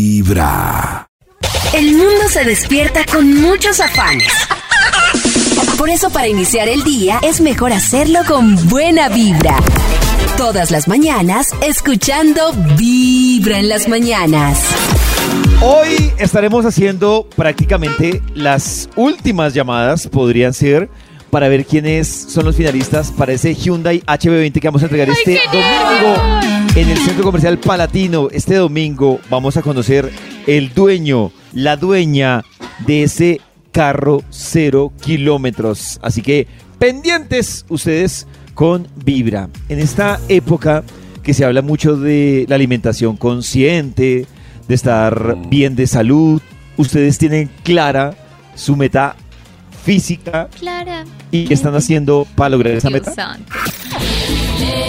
Vibra. El mundo se despierta con muchos afanes. Por eso para iniciar el día es mejor hacerlo con buena vibra. Todas las mañanas escuchando Vibra en las mañanas. Hoy estaremos haciendo prácticamente las últimas llamadas, podrían ser, para ver quiénes son los finalistas para ese Hyundai HB20 que vamos a entregar este domingo en el Centro Comercial Palatino. Este domingo vamos a conocer el dueño, la dueña de ese carro cero kilómetros. Así que pendientes ustedes con Vibra. En esta época que se habla mucho de la alimentación consciente, de estar bien de salud, ustedes tienen clara su meta física Clara. y qué están haciendo para lograr esa Dios meta. santo.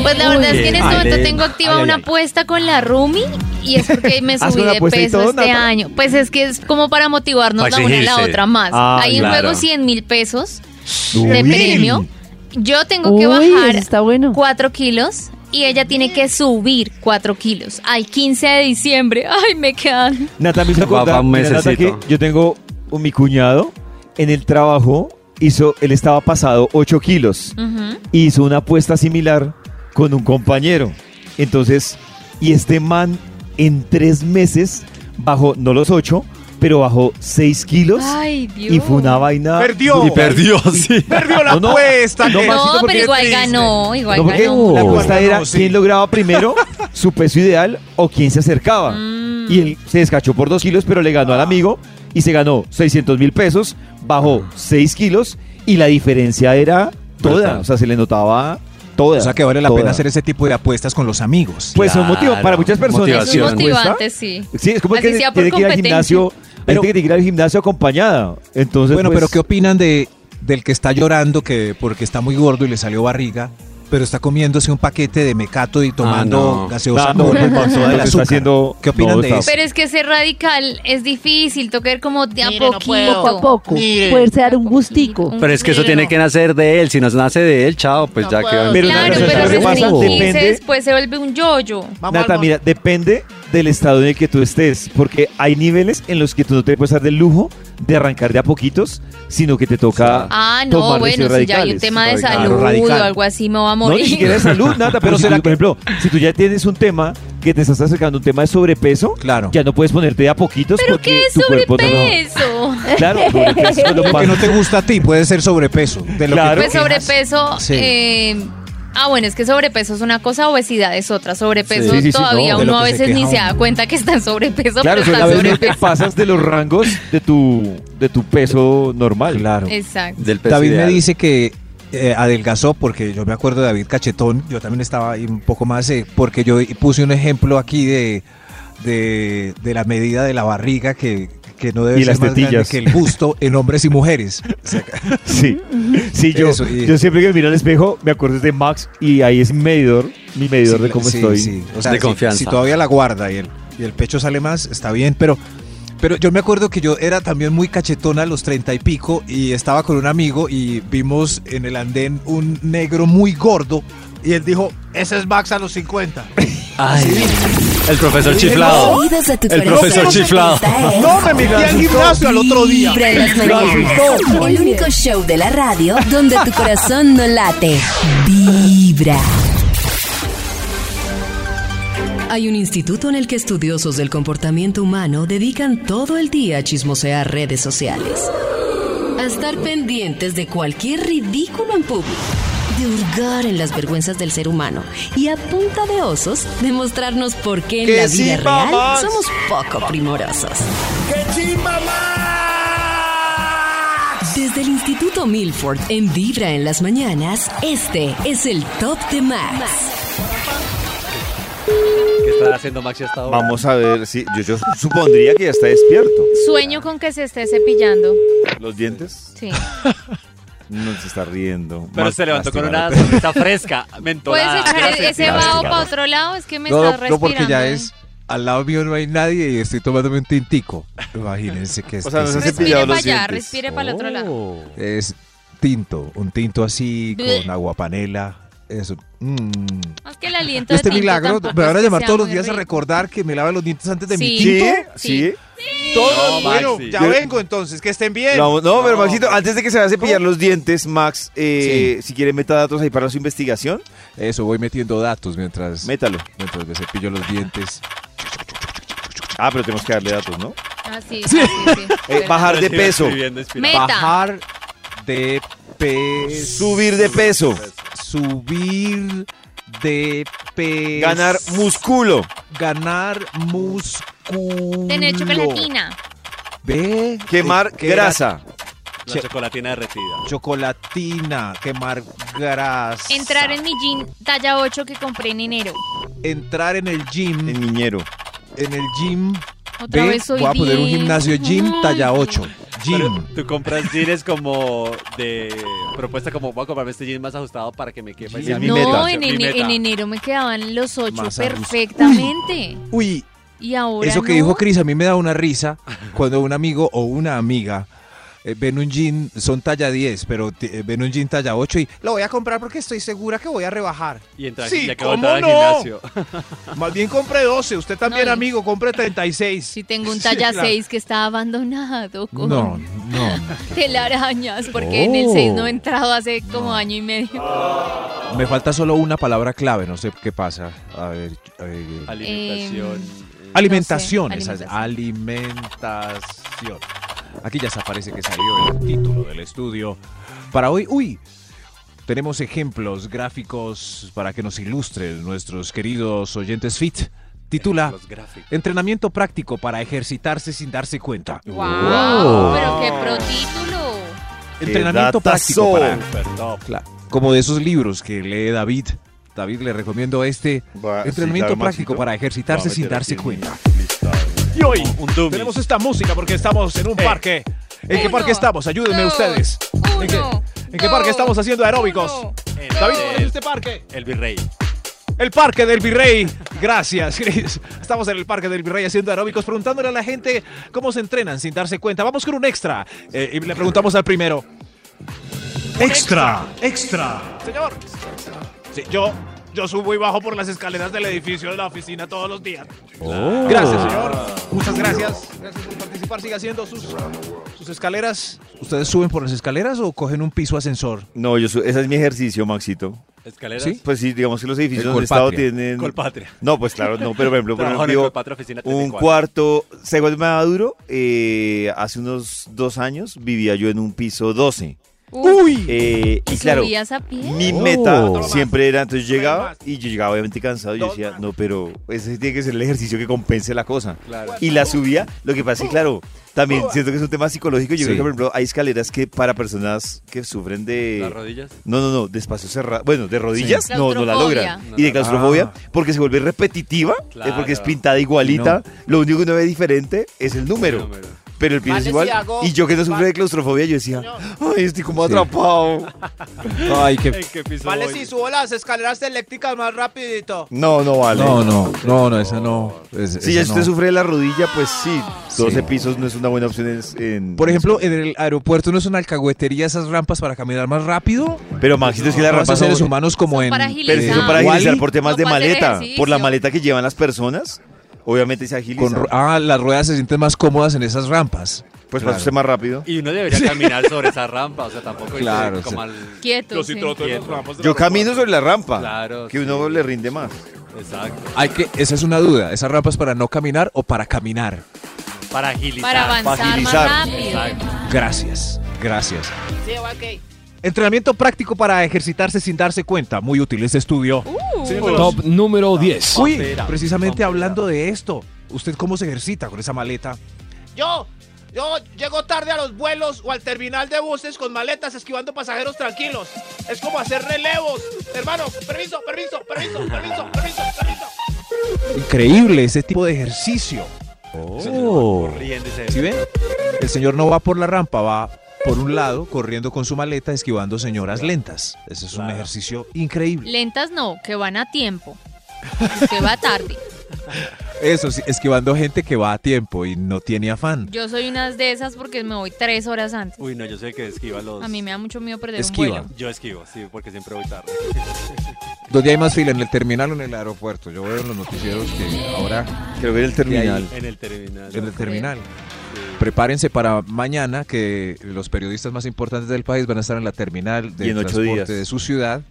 Pues la verdad es que en este momento tengo activa una apuesta con la Rumi y es porque me ¿Hace subí una de apuesta y peso todo, este Nata? año. Pues es que es como para motivarnos Para la una y la exigirse. otra más. Ah, Hay en claro. juego 100 mil pesos de Uy. premio. Yo tengo que Uy, bajar eso está bueno. 4 kilos y ella tiene que subir 4 kilos al 15 de diciembre. Ay, me quedan. Nata me hizo Va- va acordar, un mira, Nata, que mesecito. yo tengo un- mi cuñado en el trabajo, hizo, él estaba pasado 8 kilos. Ujú. hizo una apuesta similar con un compañero. Entonces, y este man en tres meses bajó, no los ocho, pero bajó seis kilos. Ay, Dios. y fue una vaina. Perdió. Y perdió, sí. Perdió la No, no, apuesta. no, que- Maxito, No, porque pero es igual triste. ganó, igual No, porque ganó. la Oh. apuesta era No, sí. quién lograba primero su peso ideal o quién se acercaba. Mm. Y él se descachó por dos kilos, pero le ganó al amigo y se ganó 600 mil pesos, bajó seis kilos y la diferencia era toda. Brutal. O sea, se le notaba toda. O sea que vale la toda. pena hacer ese tipo de apuestas con los amigos. Pues son motivos para Claro, muchas personas. Es un motivación. Una encuesta. motivante, sí. Sí, es como Así que sea por tiene que ir al gimnasio. Hay Pero- gente que tiene que ir al gimnasio acompañada. Entonces, bueno, pues, pero ¿qué opinan de del que está llorando que porque está muy gordo y le salió barriga, pero está comiéndose un paquete de mecato y tomando no. gaseosa Ah, no, con, no, no, con no, soda de está azúcar? haciendo- ¿Qué opinan no, de está- eso? Pero es que ser radical es difícil, toca ir como de a Mire, no poquito. puedo. Poco a poco. Poderse dar un gustico. Un Pero es que eso kilo. tiene que nacer de él. Si no nace de él, chao, pues No ya puedo. quedó. Pero Claro, Nata, pero ¿sabes si qué pasa? es 15 Depende- Pues después se vuelve un yoyo. Vamos Nata, al mira, depende del estado en el que tú estés, porque hay niveles en los que tú no te puedes dar del lujo de arrancar de a poquitos, sino que te toca Ah, no, tomar bueno, decisiones si ya hay un radicales. tema de Radical, salud radical. o algo así, me va a No, ni morir. siquiera de salud, Nata, pero Pero si será tú, por ejemplo, si tú ya tienes un tema que te estás acercando a un tema de sobrepeso, Claro. ya no puedes ponerte de a poquitos ¿Pero porque qué es tu cuerpo no- sobrepeso? Claro, sobrepeso es lo Lo más- que no te gusta a ti puede ser sobrepeso. De lo Claro. que Pues te quejas. sobrepeso. Sí. eh, ah, bueno, es que sobrepeso es una cosa, obesidad es otra. Sobrepeso Sí, sí, sí, todavía no, de uno lo a que se veces ni queja se da uno. cuenta que está en sobrepeso, pero Claro, sobre está la vez que sobrepeso. pasas de los rangos de tu, de tu peso normal. Claro. Exacto. Del peso David me ideal. dice que eh, adelgazó porque yo me acuerdo de David Cachetón, yo también estaba ahí un poco más, eh, porque yo puse un ejemplo aquí de, de, de la medida de la barriga que, que no debe Y ser las más grande tetillas. que el busto en hombres y mujeres. O sea, Sí, sí, yo, Eso, y- yo siempre que me miro al espejo me acuerdo de Max y ahí es mi medidor, mi medidor de cómo sí, estoy. sí. O sea, De si- confianza. Si, todavía la guarda y el, y el pecho sale más, está bien, pero... Pero yo me acuerdo que yo era también muy cachetona a los treinta y pico y estaba con un amigo y vimos en el andén un negro muy gordo y él dijo, ese es Max a los 50. Ay, el profesor chiflado. Oídos de tu El corazón. profesor chiflado. Esta es me metí al gimnasio al otro día. Vibra en las mañanas. El único show de la radio donde tu corazón no late. Vibra. Hay un instituto en el que estudiosos del comportamiento humano dedican todo el día a chismosear redes sociales. A estar pendientes de cualquier ridículo en público. De hurgar en las vergüenzas del ser humano. Y a punta de osos, demostrarnos por qué en ¡Que la sí, vida real mamás! somos poco primorosos. Desde el Instituto Milford, en Vibra en las mañanas, este es el Top de Max. ¿Qué estará haciendo Maxi hasta ahora? Vamos a ver si yo, yo supondría que ya está despierto. Sueño con que se esté cepillando. Los dientes Sí. no se está riendo. Pero Max, se levantó con lastimado. una sonrisa fresca, ¿Puedes mentolada. echar ese vaho para otro lado? Es que me No, está no, respirando. no, porque ya ¿eh? es, al lado mío no hay nadie y estoy tomándome un tintico. Imagínense que O este sea, nos es- hace Respire cepillado para los allá, dientes. respire para el otro lado. es tinto, un tinto así Bleh. con agua panela Eso. Mm. Más que el aliento Este de tinto milagro tampoco me van es a que llamar sea todos los muy días a rico. recordar que me lave los dientes antes de mi Sí. tinto. ¿Sí? Sí. ¿Sí? Todos, bueno, Maxi. ya Yo- vengo entonces, que estén bien. No, no, pero Maxito, antes de que se vaya a cepillar los dientes, Max, eh, si quiere metadatos ahí para su investigación, Eso, voy metiendo datos mientras, métalo. mientras me cepillo los dientes. Ah, pero tenemos que darle datos, ¿no? Ah, sí, sí, sí, sí. Eh, bajar de peso, Meta. Bajar de peso. subir de peso, Subir de peso. ganar músculo, Ganar músculo. Tener chocolatina. Ve. quemar de- que era grasa, La chocolatina derretida. Chocolatina. Quemar grasa. Entrar en mi jean talla 8 que compré en enero. Entrar en el gym. el niñero. En el gym. Otra Ve, vez soy voy a poner un bien. gimnasio gym Ay, talla 8. Gym. Pero tú compras jeans como de propuesta como voy a comprarme este jean más ajustado para que me quepa. Es mi no, meta. En, Es mi ene- meta. en enero me quedaban los ocho Más a gusto. perfectamente. Uy, Y ahora. Eso que no. dijo Cris, a mí me da una risa cuando un amigo o una amiga eh, ven un jean, son talla 10, pero ti- eh, ven un jean talla 8 y lo voy a comprar porque estoy segura que voy a rebajar. Y entras Sí, y acabo de entrar ¿cómo al no? gimnasio. Más bien compre 12, usted también, No, y- amigo, compre 36. Si tengo un talla Sí, claro. 6 que está abandonado con No, no, telarañas, porque en el Oh. Ah. 6 no he entrado hace como año y medio. me falta solo una palabra clave, no sé qué pasa. A ver, a ver, eh, Alimentación. Em, eh, alimentación, esa es, ah, alimentación. Aquí ya se aparece que salió el título del estudio. Para hoy, uy, tenemos ejemplos gráficos para que nos ilustren nuestros queridos oyentes fit. Titula Los gráficos. Entrenamiento práctico para ejercitarse sin darse cuenta. ¡Wow! Pero qué protítulo. Entrenamiento práctico para Super top. Cla- como de esos libros que lee David. David le recomiendo este Va, sí, entrenamiento claro, práctico Maxito. para ejercitarse Va a sin meter darse aquí cuenta. Y hoy, un dummy. Eh. Tenemos esta música porque estamos en un parque. ¿En qué Uno, parque estamos? Ayúdenme dos, ustedes. ¿En qué, uno, en qué parque dos, estamos haciendo aeróbicos? uno, El, David, el- ¿cuál es este parque? el virrey. El Parque del Virrey. Gracias, Cris. Estamos en el Parque del Virrey haciendo aeróbicos, preguntándole a la gente cómo se entrenan sin darse cuenta. Vamos con un extra. Eh, y le preguntamos al primero. Extra, extra. Señor. Sí, yo, yo subo y bajo por las escaleras del edificio de la oficina todos los días. Oh. Gracias, señor. Muchas gracias. Gracias por participar. Siga haciendo sus, sus escaleras. ¿Ustedes suben por las escaleras o cogen un piso ascensor? No, yo su- ese es mi ejercicio, Maxito. Escaleras. Sí. Pues sí, digamos que los edificios El donde he estado Colpatria. tienen... Colpatria. No, pues claro, no, pero por ejemplo, por Trabajo en el ejemplo, Colpatria, oficina un 34. cuarto, según me maduro, eh, hace unos dos años vivía yo en un piso 12. Mm. ¡Uy! Eh, y ¿Y claro, subías a pie? mi Oh. meta Otro más. siempre era, entonces llegaba más. y yo llegaba obviamente cansado y yo Dos decía, más. no, pero ese tiene que ser el ejercicio que compense la cosa. Claro. Y la subía, lo que pasa es que, claro, también siento que es un tema psicológico. Yo Sí. creo que, por ejemplo, hay escaleras que para personas que sufren de... Las rodillas. No, no, no, de espacio cerrado. Bueno, de rodillas Sí. no, no la logra. Claustrofobia. Y de claustrofobia, Ah. porque se vuelve repetitiva, Claro. es porque es pintada igualita. Lo único que uno ve diferente es el número. El número. Pero el pie es Vale, igual. si hago- y yo que no sufro de claustrofobia, yo decía, ay, estoy como Sí. atrapado. Ay, qué, ¿En qué piso Vale, voy? si subo las escaleras eléctricas más rapidito. No, no vale. No, no, no, no, esa no. es- esa Si ya usted no. sufre de la rodilla, pues sí, Sí. 12 pisos no es una buena opción en... en- Por ejemplo, en el aeropuerto no es una alcahuetería esas rampas para caminar más rápido. Pero Maxito, es que la Todas rampa esas seres son- humanos como Son en. para Pero si Agilizar. son para Wall-E, agilizar por temas No de para hacer maleta, ejercicio. por la maleta que llevan las personas, obviamente se agiliza. con ru- ah, las ruedas se sienten más cómodas en esas rampas. pues Claro. para usted más rápido. Y uno debería caminar sobre esa rampa, o sea, tampoco irse Claro, como sí. al... Quieto. sí. Quieto. Yo camino sobre la rampa, Claro, que sí. uno le rinde más. Exacto. Hay que, esa es una duda. ¿Esas rampas para no caminar o para caminar? Para agilizar. Para avanzar agilizar. más rápido. Exacto. Gracias, gracias. Sí, ok. Entrenamiento práctico para ejercitarse sin darse cuenta. Muy útil este estudio. Uh. Top número 10. Uy, Pampera, precisamente pampera. hablando de esto, ¿usted cómo se ejercita con esa maleta? Yo, yo llego tarde a los vuelos o al terminal de buses con maletas esquivando pasajeros tranquilos. Es como hacer relevos. Hermano, permiso, permiso, permiso, permiso, permiso, permiso. Increíble ese tipo de ejercicio. Oh. Oh. Corriendo y se- ¿Sí ven? El señor no va por la rampa, va por un lado, corriendo con su maleta, esquivando señoras lentas. Ese es un Claro. ejercicio increíble. Lentas no, que van a tiempo. Usted va tarde. Eso, sí, esquivando gente que va a tiempo y no tiene afán. Yo soy una de esas porque me voy tres horas antes. Uy, no, yo sé que esquiva los. A mí me da mucho miedo perder Esquiva. un vuelo. Yo esquivo, sí, porque siempre voy tarde. ¿Dónde hay más fila? ¿En el terminal o en el aeropuerto? Yo veo en los noticieros que ahora Quiero ver el terminal. en el terminal. en el terminal. Sí. Prepárense para mañana que los periodistas más importantes del país van a estar en la terminal Y de en ocho transporte días. de su ciudad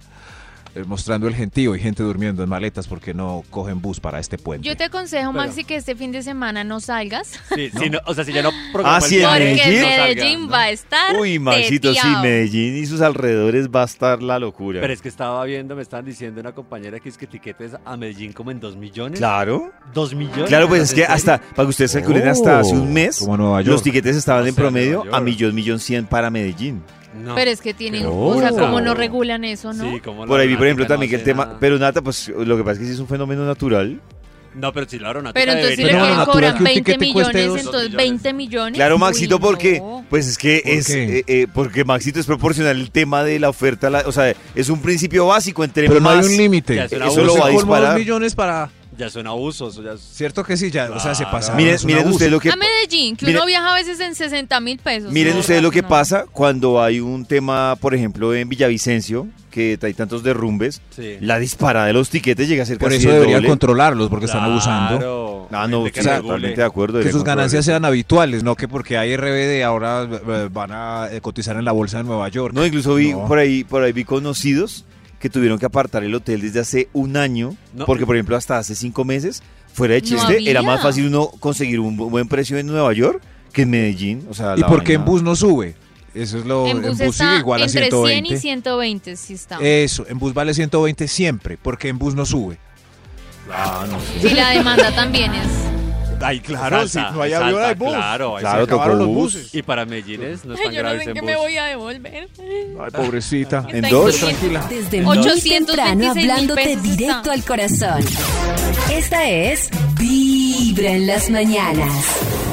eh, mostrando el gentío y gente durmiendo en maletas porque no cogen bus para este puente. Yo te aconsejo, Pero- Maxi, que este fin de semana no salgas. Sí, si no- o sea, si ya no programó Ah, sí, en viaje, Porque Medellín? no salga, Medellín ¿no? va a estar. Uy, Maxito, sí, teteado. Medellín y sus alrededores va a estar la locura. Pero es que estaba viendo, me estaban diciendo una compañera que es que etiquetes a Medellín como en 2 millones. Claro. ¿Dos millones? Claro, pues es que ¿En serio? hasta, para que ustedes se calculen, Oh, hasta hace un mes, como Nueva York. los tiquetes estaban O en sea, promedio Nueva a York. millón, millón cien para Medellín. No. Pero es que tienen, Qué o sea, locura. como no regulan eso, ¿no? Sí, como la Por ahí vi, por aeronáutica ejemplo, no también que el hace tema... nada. Pero Nata, pues lo que pasa es que sí es un fenómeno natural. no, pero si la aeronáutica Pero entonces si le debería- Pero quieren natural cobrar que un 20 tiquete cueste millones, dos entonces millones. 20 millones. Claro, Uy, Maxito, porque... no. Pues es que ¿Por es... qué? eh, eh, porque Maxito es proporcional el tema de la oferta. a la- o sea, es un principio básico entre Pero no más... hay un límite. Ya, eso Uno lo se va a colma dos disparar. millones para... Ya son abusos. Ya es- Cierto que sí, ya, o sea, se Claro. pasa. Miren, miren ustedes lo que... A Medellín, que Mire- uno viaja a veces en 60 mil pesos. Miren No, ustedes lo que no. pasa cuando hay un tema, por ejemplo, en Villavicencio, que hay tantos derrumbes, sí. la disparada de los tiquetes llega a ser Por casi eso el deberían doble. controlarlos porque están Claro. abusando. Ah, no, Gente que sí, regule. totalmente de acuerdo. Que deberían sus ganancias sean controlarlo. habituales, no que porque hay RBD ahora eh, van a eh, cotizar en la bolsa de Nueva York. No, incluso vi No. por ahí, por ahí vi conocidos que tuvieron que apartar el hotel desde hace un año, No. porque por ejemplo hasta hace cinco meses, fuera de No chiste, era había. más fácil uno conseguir un bu- buen precio en Nueva York que en Medellín. O sea, ¿Y la por qué en vaina- bus no sube? Eso es lo. En bus sigue está igual a entre 100 120. y 120, sí está. Eso, en bus vale 120 siempre, porque en bus no sube. Ah, Sí, la demanda también es. Ay, Salsa, salsa, Claro, ahí se Claro, acabaron tocó los bus. buses. Y para Medellín es- no es tan grave ese bus. a devolver. Ay, pobrecita. En dos. Tranquila. Desde muy Entonces, temprano 826 mil hablándote pesos está. directo al corazón. Esta es Vibra en las mañanas.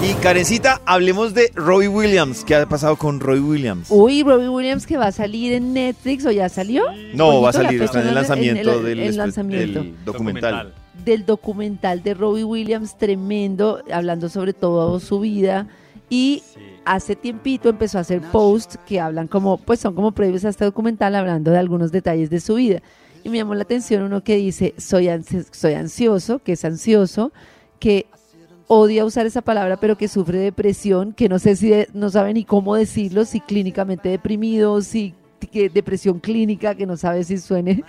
Y Karencita, hablemos de Robbie Williams. ¿Qué ha pasado con Robbie Williams? Uy, Robbie Williams que va a salir en Netflix o ya salió No, Poquito la va a salir, está en el persona en el- lanzamiento el- del el espe- lanzamiento. del documental. del documental de Robbie Williams, tremendo, hablando sobre todo su vida y Sí. hace tiempito empezó a hacer posts que hablan como, pues son como previos a este documental, hablando de algunos detalles de su vida. Y me llamó la atención uno que dice, soy, ansi- soy ansioso, que es ansioso, que odia usar esa palabra, pero que sufre depresión, que no sé si, de- no sabe ni cómo decirlo, si clínicamente deprimido, si que depresión clínica, que no sabe si suene,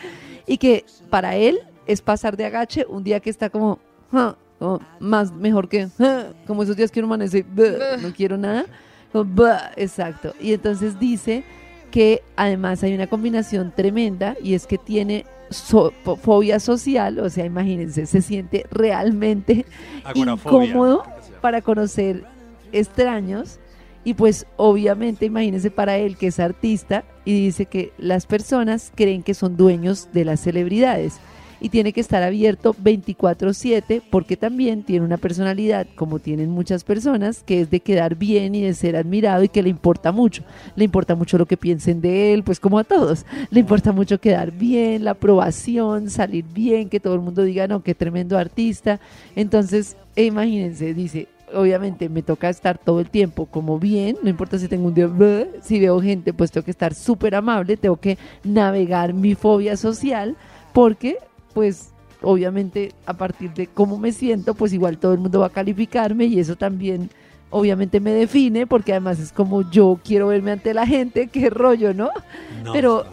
y que para él es pasar de agache un día que está como, "Ja", como más mejor que, "Ja", como esos días que uno amanece, "Bleh, no quiero nada, como, "Bah", exacto. Y entonces dice que además hay una combinación tremenda y es que tiene so- fo- fobia social, o sea, imagínense, se siente realmente Agorafobia, incómodo creo que se llama. para conocer extraños y pues obviamente imagínense para él que es artista y dice que las personas creen que son dueños de las celebridades y tiene que estar abierto 24/7 porque también tiene una personalidad como tienen muchas personas que es de quedar bien y de ser admirado y que le importa mucho. Le importa mucho lo que piensen de él, pues como a todos. Le importa mucho quedar bien, la aprobación, salir bien, que todo el mundo diga, no, qué tremendo artista. Entonces, e imagínense, dice, obviamente me toca estar todo el tiempo como bien, no importa si tengo un día, "Bleh", si veo gente, pues tengo que estar súper amable, tengo que navegar mi fobia social, porque pues obviamente a partir de cómo me siento, pues igual todo el mundo va a calificarme y eso también obviamente me define, porque además es como yo quiero verme ante la gente, qué rollo, ¿no? No, pero-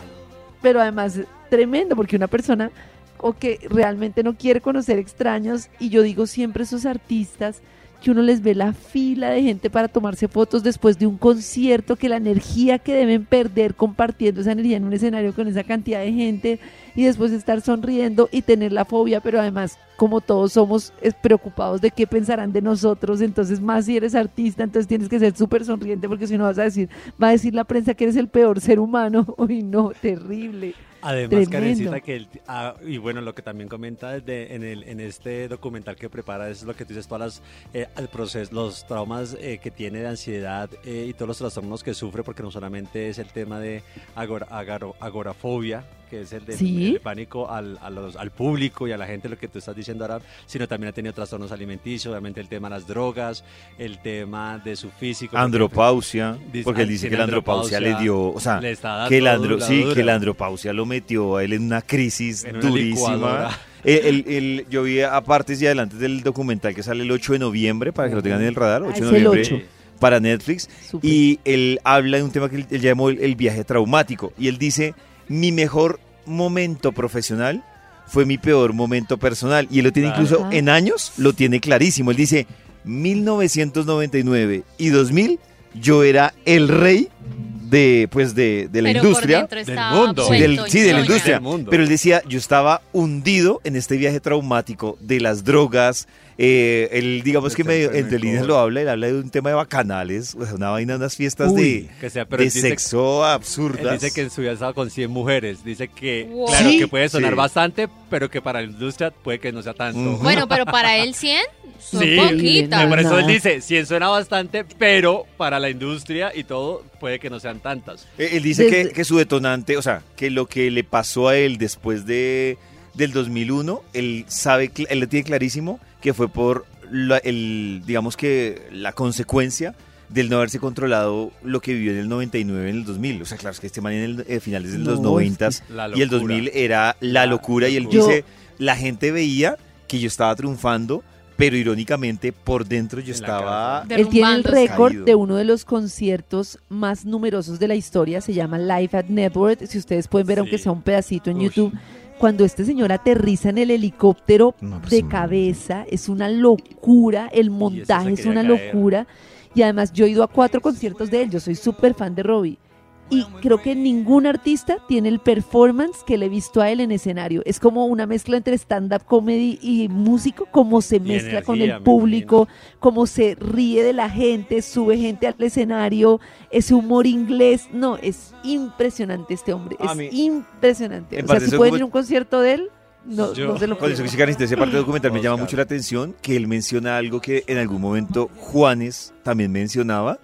pero además tremendo, porque una persona o que realmente no quiere conocer extraños, y yo digo siempre esos artistas que uno les ve la fila de gente para tomarse fotos después de un concierto, que la energía que deben perder compartiendo esa energía en un escenario con esa cantidad de gente y después estar sonriendo y tener la fobia, pero además como todos somos es, preocupados de qué pensarán de nosotros, entonces más si eres artista, entonces tienes que ser súper sonriente porque si no vas a decir, va a decir la prensa que eres el peor ser humano, uy no, terrible. Además, Tremendo. Karencita, que el- ah, y bueno, lo que también comenta desde- en, el, en este documental que prepara es lo que tú dices, todas las, eh, al proceso, los traumas eh, que tiene de ansiedad eh, y todos los trastornos que sufre, porque no solamente es el tema de agora- agaro- agorafobia, que es el de Sí. el de pánico al, a los- al público y a la gente, lo que tú estás diciendo ahora, sino también ha tenido trastornos alimenticios, obviamente el tema de las drogas, el tema de su físico. porque- Andropausia, Dice- porque él dice tiene que la andropausia, andropausia, le dio, o sea, le está dando que la, duro, andro- la sí, dura. que la andropausia lo metió a él en una crisis En una durísima. licuadora. Eh, el- el- yo vi aparte y adelante del documental que sale el 8 de noviembre, para que lo tengan en el radar, 8 de Ah, es el noviembre, 8. para Netflix, Súper. y él habla de un tema que él, él llamó el, el viaje traumático, y él dice, mi mejor momento profesional fue mi peor momento personal, y él lo tiene Claro. incluso Ajá. en años, lo tiene clarísimo, él dice, 1999 y 2000 yo era el rey de pues de, de la Pero industria por dentro estaba mundo. Sí, del- vuelto sí, de la ñoña. industria. Del mundo. Pero él decía, yo estaba hundido en este viaje traumático de las drogas. eh, él, digamos que Del medio, enfermo entre en líneas cobra. lo habla, él habla de un tema de bacanales, o sea, una vaina, unas fiestas Uy, de, que sea, pero de él dice- sexo Él absurdas. dice que en su vida estaba con 100 mujeres. Dice que, Wow. claro, ¿Sí? que puede sonar Sí. bastante, pero que para la industria puede que no sea tanto. Ujú. Bueno, pero para él 100 son Sí, poquitas. no, por eso no. él dice, 100 suena bastante, pero para la industria y todo puede que no sean tantas. Eh, Él dice Desde- que, que su detonante, o sea, que lo que le pasó a él después de, del 2001, él sabe, cl- él lo tiene clarísimo que fue por la- el, digamos que la consecuencia del no haberse controlado lo que vivió en el 99 en el 2000. O sea, claro, es que este man en el, eh, finales de No, es los que- 90 La y el locura. 2000 era la La locura y él locura. dice, la gente veía que yo estaba triunfando, pero irónicamente por dentro yo En la estaba... cárcel. Él tiene el Derrumbándose. récord Caído. de uno de los conciertos más numerosos de la historia, se llama Live at Network, si ustedes pueden ver Sí. aunque sea un pedacito en Ush. YouTube, cuando este señor aterriza en el helicóptero No, pues, de no. cabeza, es una locura, el montaje es quería una caer. locura, y además yo he ido a cuatro conciertos de él, yo soy súper fan de Robbie. Y creo que ningún artista tiene el performance que le he visto a él en escenario. Es como una mezcla entre stand-up comedy y músico, como se mezcla con energía, el me público, cómo se ríe de la gente, sube gente al escenario, ese humor inglés. No, es impresionante este hombre, A es mí- impresionante. En O sea, parte si eso pueden como- ir a un concierto de él, no, Yo- no se lo Cuando se pierdan. física esa parte documental me llama Oscar. mucho la atención que él menciona algo que en algún momento Juanes también mencionaba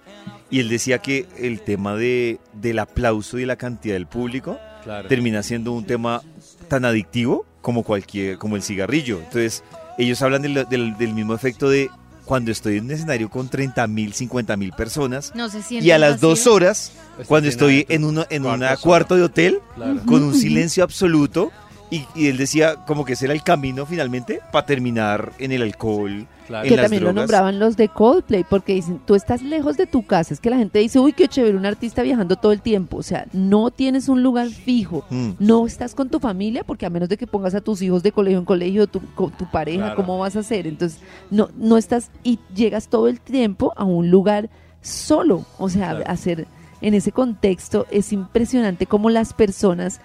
y él decía que el tema de, del aplauso y la cantidad del público Claro. termina siendo un tema tan adictivo como cualquier como el cigarrillo. Entonces ellos hablan del, del- del mismo efecto de cuando estoy en un escenario con 30 mil, 50 mil personas No se siente y a las dos vacío. horas cuando estoy en, un uno, en Cuarto una solo. cuarto de hotel con un silencio absoluto. Y, y él decía como que ese era el camino finalmente para terminar en el alcohol. en que las también lo drogas. nombraban los de Coldplay, porque dicen, tú estás lejos de tu casa. Es que la gente dice, uy, qué chévere, un artista viajando todo el tiempo. O sea, no tienes un lugar fijo. Mm. No estás con tu familia porque a menos de que pongas a tus hijos de colegio en colegio, tu, con tu pareja, Claro. ¿cómo vas a hacer? Entonces, no, no estás y llegas todo el tiempo a un lugar solo. O sea, Claro. hacer en ese contexto es impresionante cómo las personas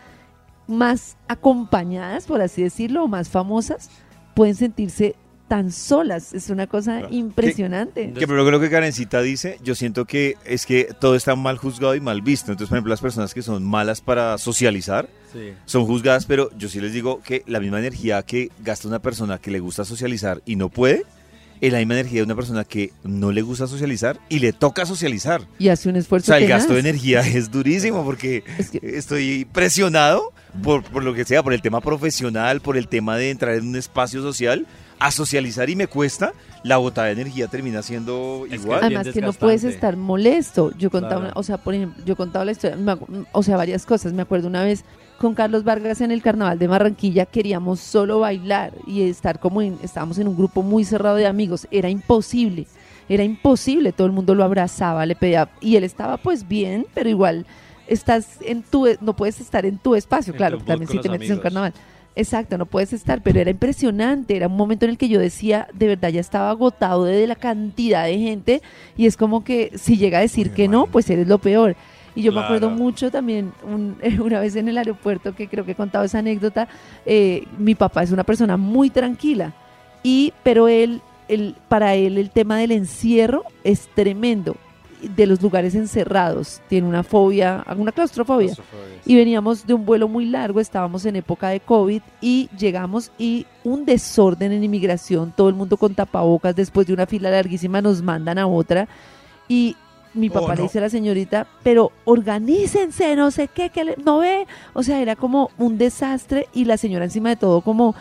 más acompañadas, por así decirlo, o más famosas, pueden sentirse tan solas. Es una cosa Claro. impresionante. Que pero creo que Karencita dice, yo siento que es que todo está mal juzgado y mal visto. Entonces, por ejemplo, las personas que son malas para socializar Sí. son juzgadas, pero yo sí les digo que la misma energía que gasta una persona que le gusta socializar y no puede, es la misma energía de una persona que no le gusta socializar y le toca socializar. Y hace un O esfuerzo. sea, el tenaz. gasto de energía es durísimo porque Es que- estoy presionado por, por lo que sea, por el tema profesional, por el tema de entrar en un espacio social, a socializar y me cuesta, la botada de energía termina siendo que- igual. bien Además que no puedes desgastante. estar molesto. Yo contaba, Claro. una- o sea, por ejemplo, yo contaba la historia, me acu- o sea, varias cosas. Me acuerdo una vez con Carlos Vargas en el Carnaval de Barranquilla, queríamos solo bailar y estar como en, estábamos en un grupo muy cerrado de amigos, era imposible. Era imposible, todo el mundo lo abrazaba, le pedía y él estaba pues bien, pero igual estás en tu e, no puedes estar en tu espacio, En claro, tu mood también con si te los metes en un amigos. carnaval. Exacto, no puedes estar, pero era impresionante, era un momento en el que yo decía, de verdad ya estaba agotado de la cantidad de gente y es como que si llega a decir Uy, que no, man. pues eres lo peor. Y yo me acuerdo Claro. mucho también un- una vez en el aeropuerto que creo que he contado esa anécdota, eh, mi papá es una persona muy tranquila y pero él, él para él el tema del encierro es tremendo de los lugares encerrados, tiene una fobia, alguna claustrofobia. Y veníamos de un vuelo muy largo, estábamos en época de COVID y llegamos y un desorden en inmigración, todo el mundo con tapabocas, después de una fila larguísima nos mandan a otra y mi papá Oh, le no. dice a la señorita, pero organícense, no sé qué, que le- no ve. O sea, era como un desastre y la señora encima de todo como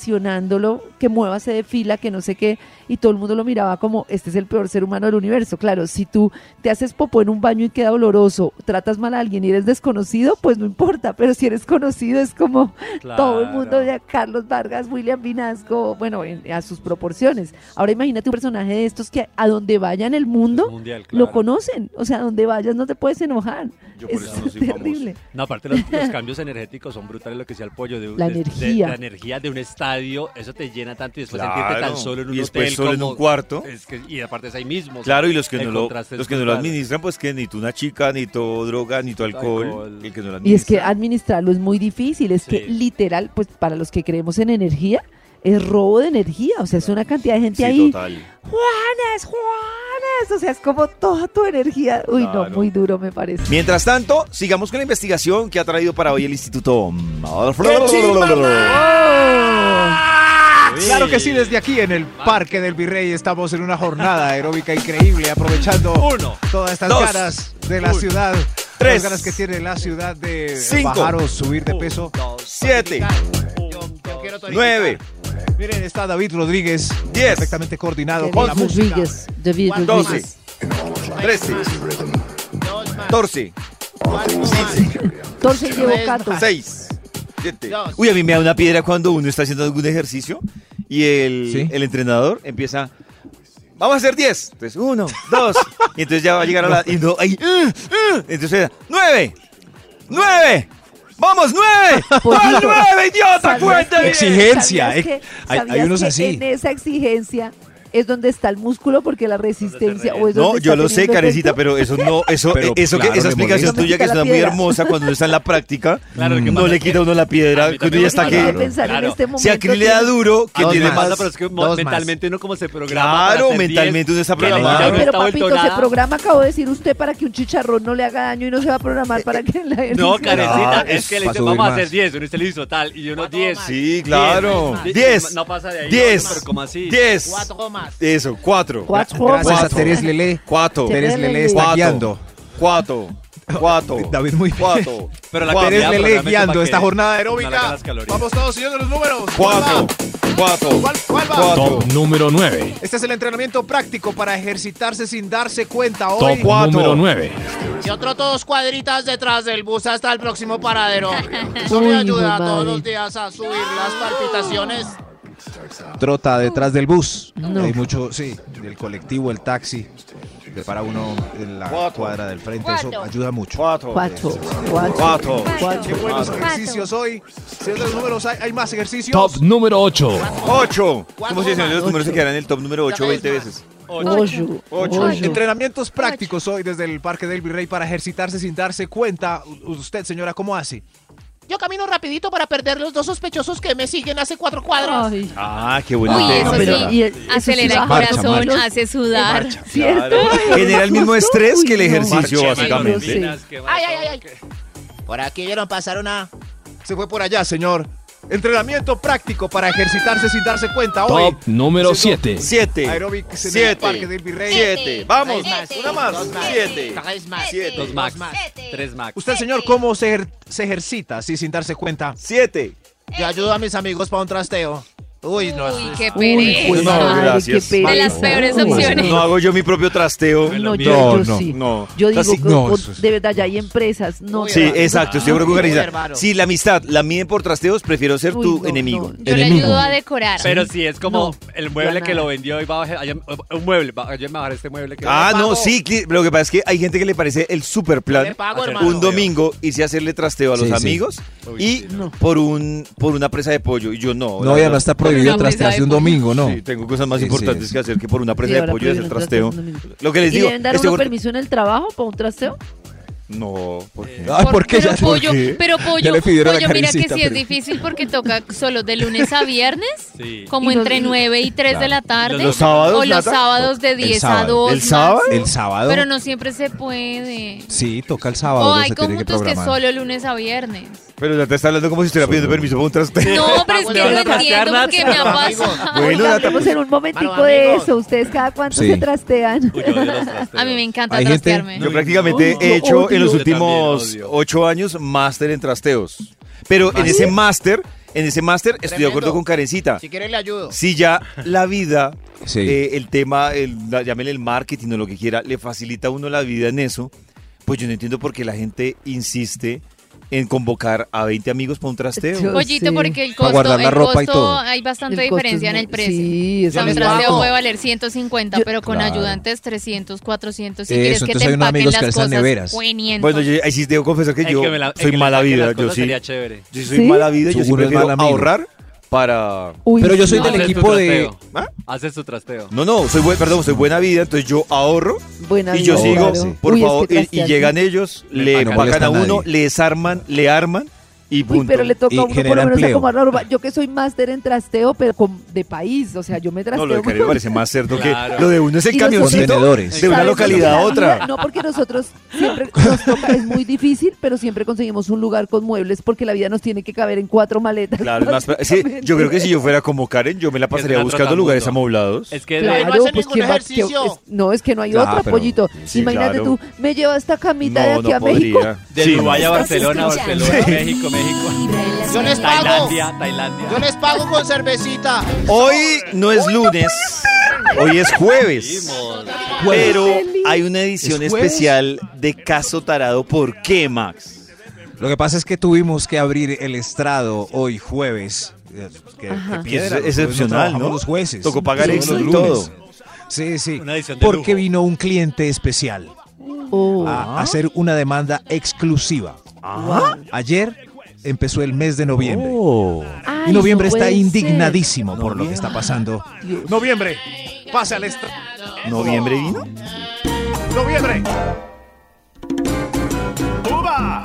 presionándolo, que muévase de fila, que no sé qué, y todo el mundo lo miraba como, este es el peor ser humano del universo. Claro, si tú te haces popó en un baño y queda doloroso, tratas mal a alguien y eres desconocido, pues no importa, pero si eres conocido es como todo el mundo, Claro. ya Carlos Vargas, William Vinasco, bueno, en- a sus proporciones. Ahora imagínate un personaje de estos que a donde vaya en el mundo, mundial, lo claro. conocen. O sea, a donde vayas no te puedes enojar. Yo por es eso no soy terrible. No, aparte los, los cambios energéticos son brutales, lo que sea el pollo. De, La de- de- energía. la energía de un estadio, eso te llena tanto y después Claro, sentirte tan solo en un y después hotel. solo en como- un cuarto. es que- y aparte es ahí mismo. o sea, Claro, y los que, el no lo, contraste es los que no lo brutal. administran, pues que ni tú una chica, ni tu droga, ni tu alcohol. El que no lo Y es que administra. administrarlo es muy difícil, es que Sí. literal, pues para los que creemos en energía, es robo de energía, o sea, es una cantidad de gente Sí, ahí. total. Juanes, Juanes, o sea, es como toda tu energía. Uy, no, Claro. muy duro me parece. Mientras tanto, sigamos con la investigación que ha traído para hoy el Instituto. Claro que sí, desde aquí en el Parque del Virrey estamos en una jornada aeróbica increíble, aprovechando Uno, todas estas dos, ganas de la uno, ciudad, tres, las ganas que tiene la ciudad de cinco, bajar o subir de peso. 7, Yo quiero tonificar. 9, Miren, está David Rodríguez, 10, perfectamente coordinado con la David música. Rodríguez, David ¿Cuánto Doce. Rodríguez. 13, Dos más. 14, Cuatro más. 14 llevo Tres Cato. más. 6, 7. Dos. Uy, a mí me da una piedra cuando uno está haciendo algún ejercicio y el, Sí. el entrenador empieza. Vamos a hacer 10. Entonces, 1, 2. Y entonces ya va a llegar a la. Y no, ahí. "Ah, ah". Entonces, 9, 9. Vamos, 9. Pollito. 9, idiota! ¿Sabías ¡Cuenta que- bien! Exigencia, ¿sabías eh, que- hay- hay sabías unos que así. En esa exigencia es donde está el músculo porque la resistencia o es No, donde yo está lo sé, teniendo Carecita, efecto. pero eso no, eso, Pero eh, eso claro, que, esa le explicación molesta. tuya que No me quita está la muy piedra. hermosa cuando uno está en la práctica, Claro, lo que no pasa le es que quita uno la piedra a mí cuando también ya me está pasa Dejé de que... eso. pensar en Claro. este momento. Si a Cris le da tiene- duro, que Dos tiene Lo que más. más... pasa, pero es que mo- Dos más. mentalmente uno como se programa. para Claro, hacer diez, mentalmente uno que está la programado. energía no Pero está papito, vuelto se nada. programa, acabo de decir usted, para que un chicharrón no le haga daño y no se va a Eh, programar para que la No, Claro, carecita, Ah, es es que le para dicen, subir vamos a más. hacer 10, uno dice listo, tal, y uno 10. Sí, claro. 10, No pasa de ahí. 10, Pero como así. 10, Cuatro más. eso, 4, Cuatro Gracias a Cuatro. Teres Lele. 4, Teres Teres Lele está Cuatro. guiando. 4, 4, David muy bien. 4, Pero la cantidad Cuatro. Teres Lele probablemente guiando para esta que jornada no le aeróbica. hagas calorías. Vamos todos siguiendo los números. ¿Cuál 4, va? 4, ¿Cuál, cuál va? Cuatro. Top número 9. Este es el entrenamiento práctico para ejercitarse sin darse cuenta Top hoy. Cuatro. número 9. Yo troto dos cuadritas detrás del bus hasta el próximo paradero. Eso Uy, me ayuda madre. todos los días a subir las palpitaciones. Trota detrás del bus. No. Hay mucho, sí, del colectivo, el taxi. Prepara uno en la Cuatro. cuadra del frente. Eso Cuatro. ayuda mucho. 4, Cuatro, cuatro, 4, cuatro. Qué buenos Cuatro. ejercicios hoy. Si es de los números, hay, hay más ejercicios. Top número 8. 8. Cuatro ¿Cómo se dicen más. los números que Ocho. quedarán en el top número 8 Cada vez 20 más. veces? Ocho. Ocho. Ocho. Entrenamientos prácticos hoy desde el Parque del Virrey para ejercitarse sin darse cuenta. U- Usted, señora, ¿cómo hace? Yo camino rapidito para perder los dos sospechosos que me siguen hace cuatro cuadros. Ay, Ah, qué bueno. Uy, Ah, eso pero- sí, y el- eso sí acelera baja el marcha, corazón, marcha. hace sudar. ¿Cierto? Genera el mismo estrés que el Uy, no. ejercicio, Quema básicamente. endorfinas, quema Ay, todo. ay, ay, ay. Por aquí vieron pasar una. Se fue por allá, señor. Entrenamiento práctico para ejercitarse sin darse cuenta hoy. Top número 7. 7. Aeróbics en el Siete. Parque del Virrey. Siete. Vamos. Seis más. Una más. Dos más. Siete. Tres más. Siete. Dos max. Tres max. Usted, señor, ¿cómo se, ejer- se ejercita así sin darse cuenta? 7. Yo ayudo a mis amigos para un trasteo. Uy, no. Uy, qué Uy, pereza. pues No, madre, gracias. qué De las pereza. peores Uy, opciones. No hago yo mi propio trasteo. No, Lo yo, mío. yo No, sí. no. Yo digo, Así- que no, con- eso es- de verdad, ya hay empresas. No, Sí, no, exacto, estoy no, seguro que organiza. bárbaro. Si la amistad la miden por trasteos, prefiero ser Uy, tu no, enemigo. no. Yo le ayudo a decorar. Pero si es como No, el ya mueble nada. que lo vendió y va a bajar, allá- un mueble, va- yo me bajaré este mueble. Que Ah, pago. no, sí, cli- lo que pasa es que hay gente que le parece el super Le plan pago, Hacer hermano. un domingo irse a hacerle trasteo a los Sí, sí. amigos y por un por una presa de pollo y yo no. la No, ya verdad. no está prohibido Una mesa de trastearse un pollo. domingo, ¿no? Sí, tengo cosas más Sí, sí, importantes es. que hacer que por una presa Sí, de ahora pollo y prohíben hacer los trasteo. trastes, no me- Lo que ¿Y les digo, deben dar este uno gordo- permiso en el trabajo para un trasteo? No, ¿por qué? Ay, ¿por qué? Pero ¿Por pollo, qué? pero Ya pollo, le pidieron la pollo, mira que carecita, sí es pero- difícil porque toca solo de lunes a viernes, Sí. como Y los- entre 9 y 3 de la tarde. ¿Los sábados, O los Nata? sábados de 10 a sábado. 2. ¿El sábado? máximo. El sábado. Pero no siempre se puede. Sí, toca el O sábado. no hay se tiene que conjuntos que programar. solo lunes a viernes. Pero ya te está hablando como si estuviera pidiendo permiso para un trasteo. No, pero es que Bueno, lo Nata. entiendo porque me ha pasado. Bueno, Oiga, Nata, hablemos pues, en un momentico Mano, de amigos. eso. ¿Ustedes cada cuánto Sí. se trastean? A mí me encanta Hay gente- trastearme. yo prácticamente no, he yo hecho odio. en los Yo también últimos odio. ocho años máster en trasteos. Pero en ese máster, en ese máster estoy de acuerdo Tremendo. con Karencita. Si quieren le ayudo. Si ya la vida, Sí. eh, el tema, el, la- llámele el marketing o lo que quiera, le facilita a uno la vida en eso, pues yo no entiendo por qué la gente insiste en convocar a 20 amigos para un trasteo. Yo- Pollito, Sí. porque el Para costo, guardar la el ropa y costo- todo. hay bastante El costo diferencia es en muy- el precio. Sí, O sea, es un muy trasteo bajo. puede valer 150, Yo- pero con Claro. ayudantes 300, 400. Si Eso, quieres que entonces te hay unos empaquen amigos que las alzan cosas, neveras. 500. Bueno, yo, ahí sí debo confesar que yo soy mala vida. Yo sí, Sería chévere. yo soy ¿Sí? mala vida, yo Seguro sí es prefiero mal amigo. ahorrar para... Uy, Pero yo soy no. del Haces tu equipo de... trasteo. ¿Ah? Haces tu trasteo. No, no, soy buen, perdón, soy buena vida, entonces yo ahorro Buena y yo vida, sigo, claro. por Uy, es que favor, y- y, trastear, llegan sí. ellos, le Ah, no pagan a molesta a uno, nadie. le desarman, le arman y punto. Uy, pero le toca Y a uno por lo genera menos empleo. acomodar la ropa. Yo que soy máster en trasteo, pero con- de país, o sea, yo me No, trasteo. lo de Caribe mucho. parece más cerdo Claro. que lo de uno es el Y los camioncito contenedores. de una ¿Sabes? localidad a La otra. vida- No, porque nosotros siempre nos toca, es muy difícil, pero siempre conseguimos un lugar con muebles porque la vida nos tiene que caber en cuatro maletas. Claro, es más, sí, básicamente. yo creo que si yo fuera como Karen, yo me la pasaría una buscando trotamundo. lugares amoblados. Es que Claro. de- no hacen pues, ningún ¿quién va- ejercicio. qué- es- no, es que no hay Ah, otra, pero- pollito. sí, Imagínate claro. tú, me llevo esta camita de No, aquí no a México. podría. de Sí, Dubái a no. Barcelona, escuchando. Barcelona, México, México. Vibra en las Yo les pago. Tailandia, Tailandia. Yo les pago con cervecita. Hoy no es lunes, hoy es jueves. Pero hay una edición ¿Es jueves? especial de Caso Tarado. ¿Por qué, Max? Lo que pasa es que tuvimos que abrir el estrado hoy jueves. Eh, qué- qué Ajá. Es los jueves excepcional, trabajamos ¿no? Los jueces. Tocó pagar Solo los extra y lunes. todo. Sí, sí. Una edición de Porque lujo. vino un cliente especial Oh, a hacer una demanda exclusiva. wow. Ayer empezó el mes de noviembre. Oh. Ay, Y noviembre no está puede ser. indignadísimo por lo que está pasando. Dios. Noviembre. Pasa al estrado. ¿Noviembre vino? Noviembre. Cuba.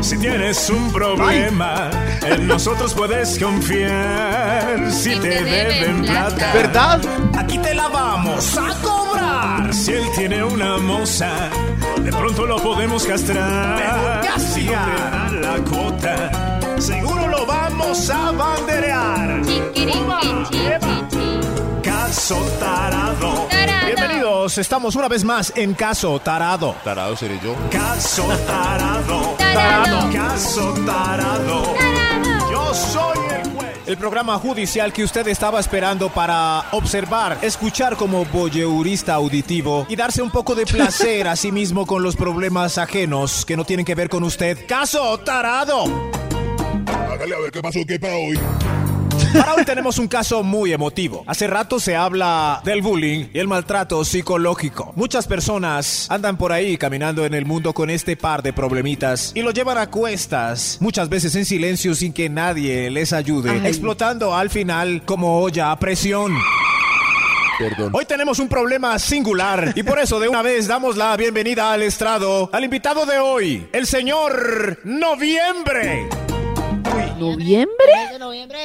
Si tienes un problema, en nosotros puedes confiar. Si Si te, te deben deben plata. plata, ¿Verdad? aquí te la vamos a cobrar. Si él tiene una moza, de pronto lo podemos castrar. Si no te da la cuota, seguro lo vamos a banderear. Chiquirinqui, chi, chi, chi. Caso tarado. Tarado. Bienvenidos, estamos una vez más en Caso Tarado. Tarado seré yo. Caso Tarado. Tarado. Caso Tarado. Yo soy el juez. El programa judicial que usted estaba esperando para observar, escuchar como voyeurista auditivo y darse un poco de placer a sí mismo con los problemas ajenos que no tienen que ver con usted. Caso Tarado. Para hoy tenemos un caso muy emotivo. Hace rato se habla del bullying y el maltrato psicológico. Muchas personas andan por ahí caminando en el mundo con este par de problemitas y lo llevan a cuestas, muchas veces en silencio sin que nadie les ayude, Ay. explotando al final como olla a presión. Hoy tenemos un problema singular y por eso de una vez damos la bienvenida al estrado, al invitado de hoy, el señor Noviembre. ¿Noviembre?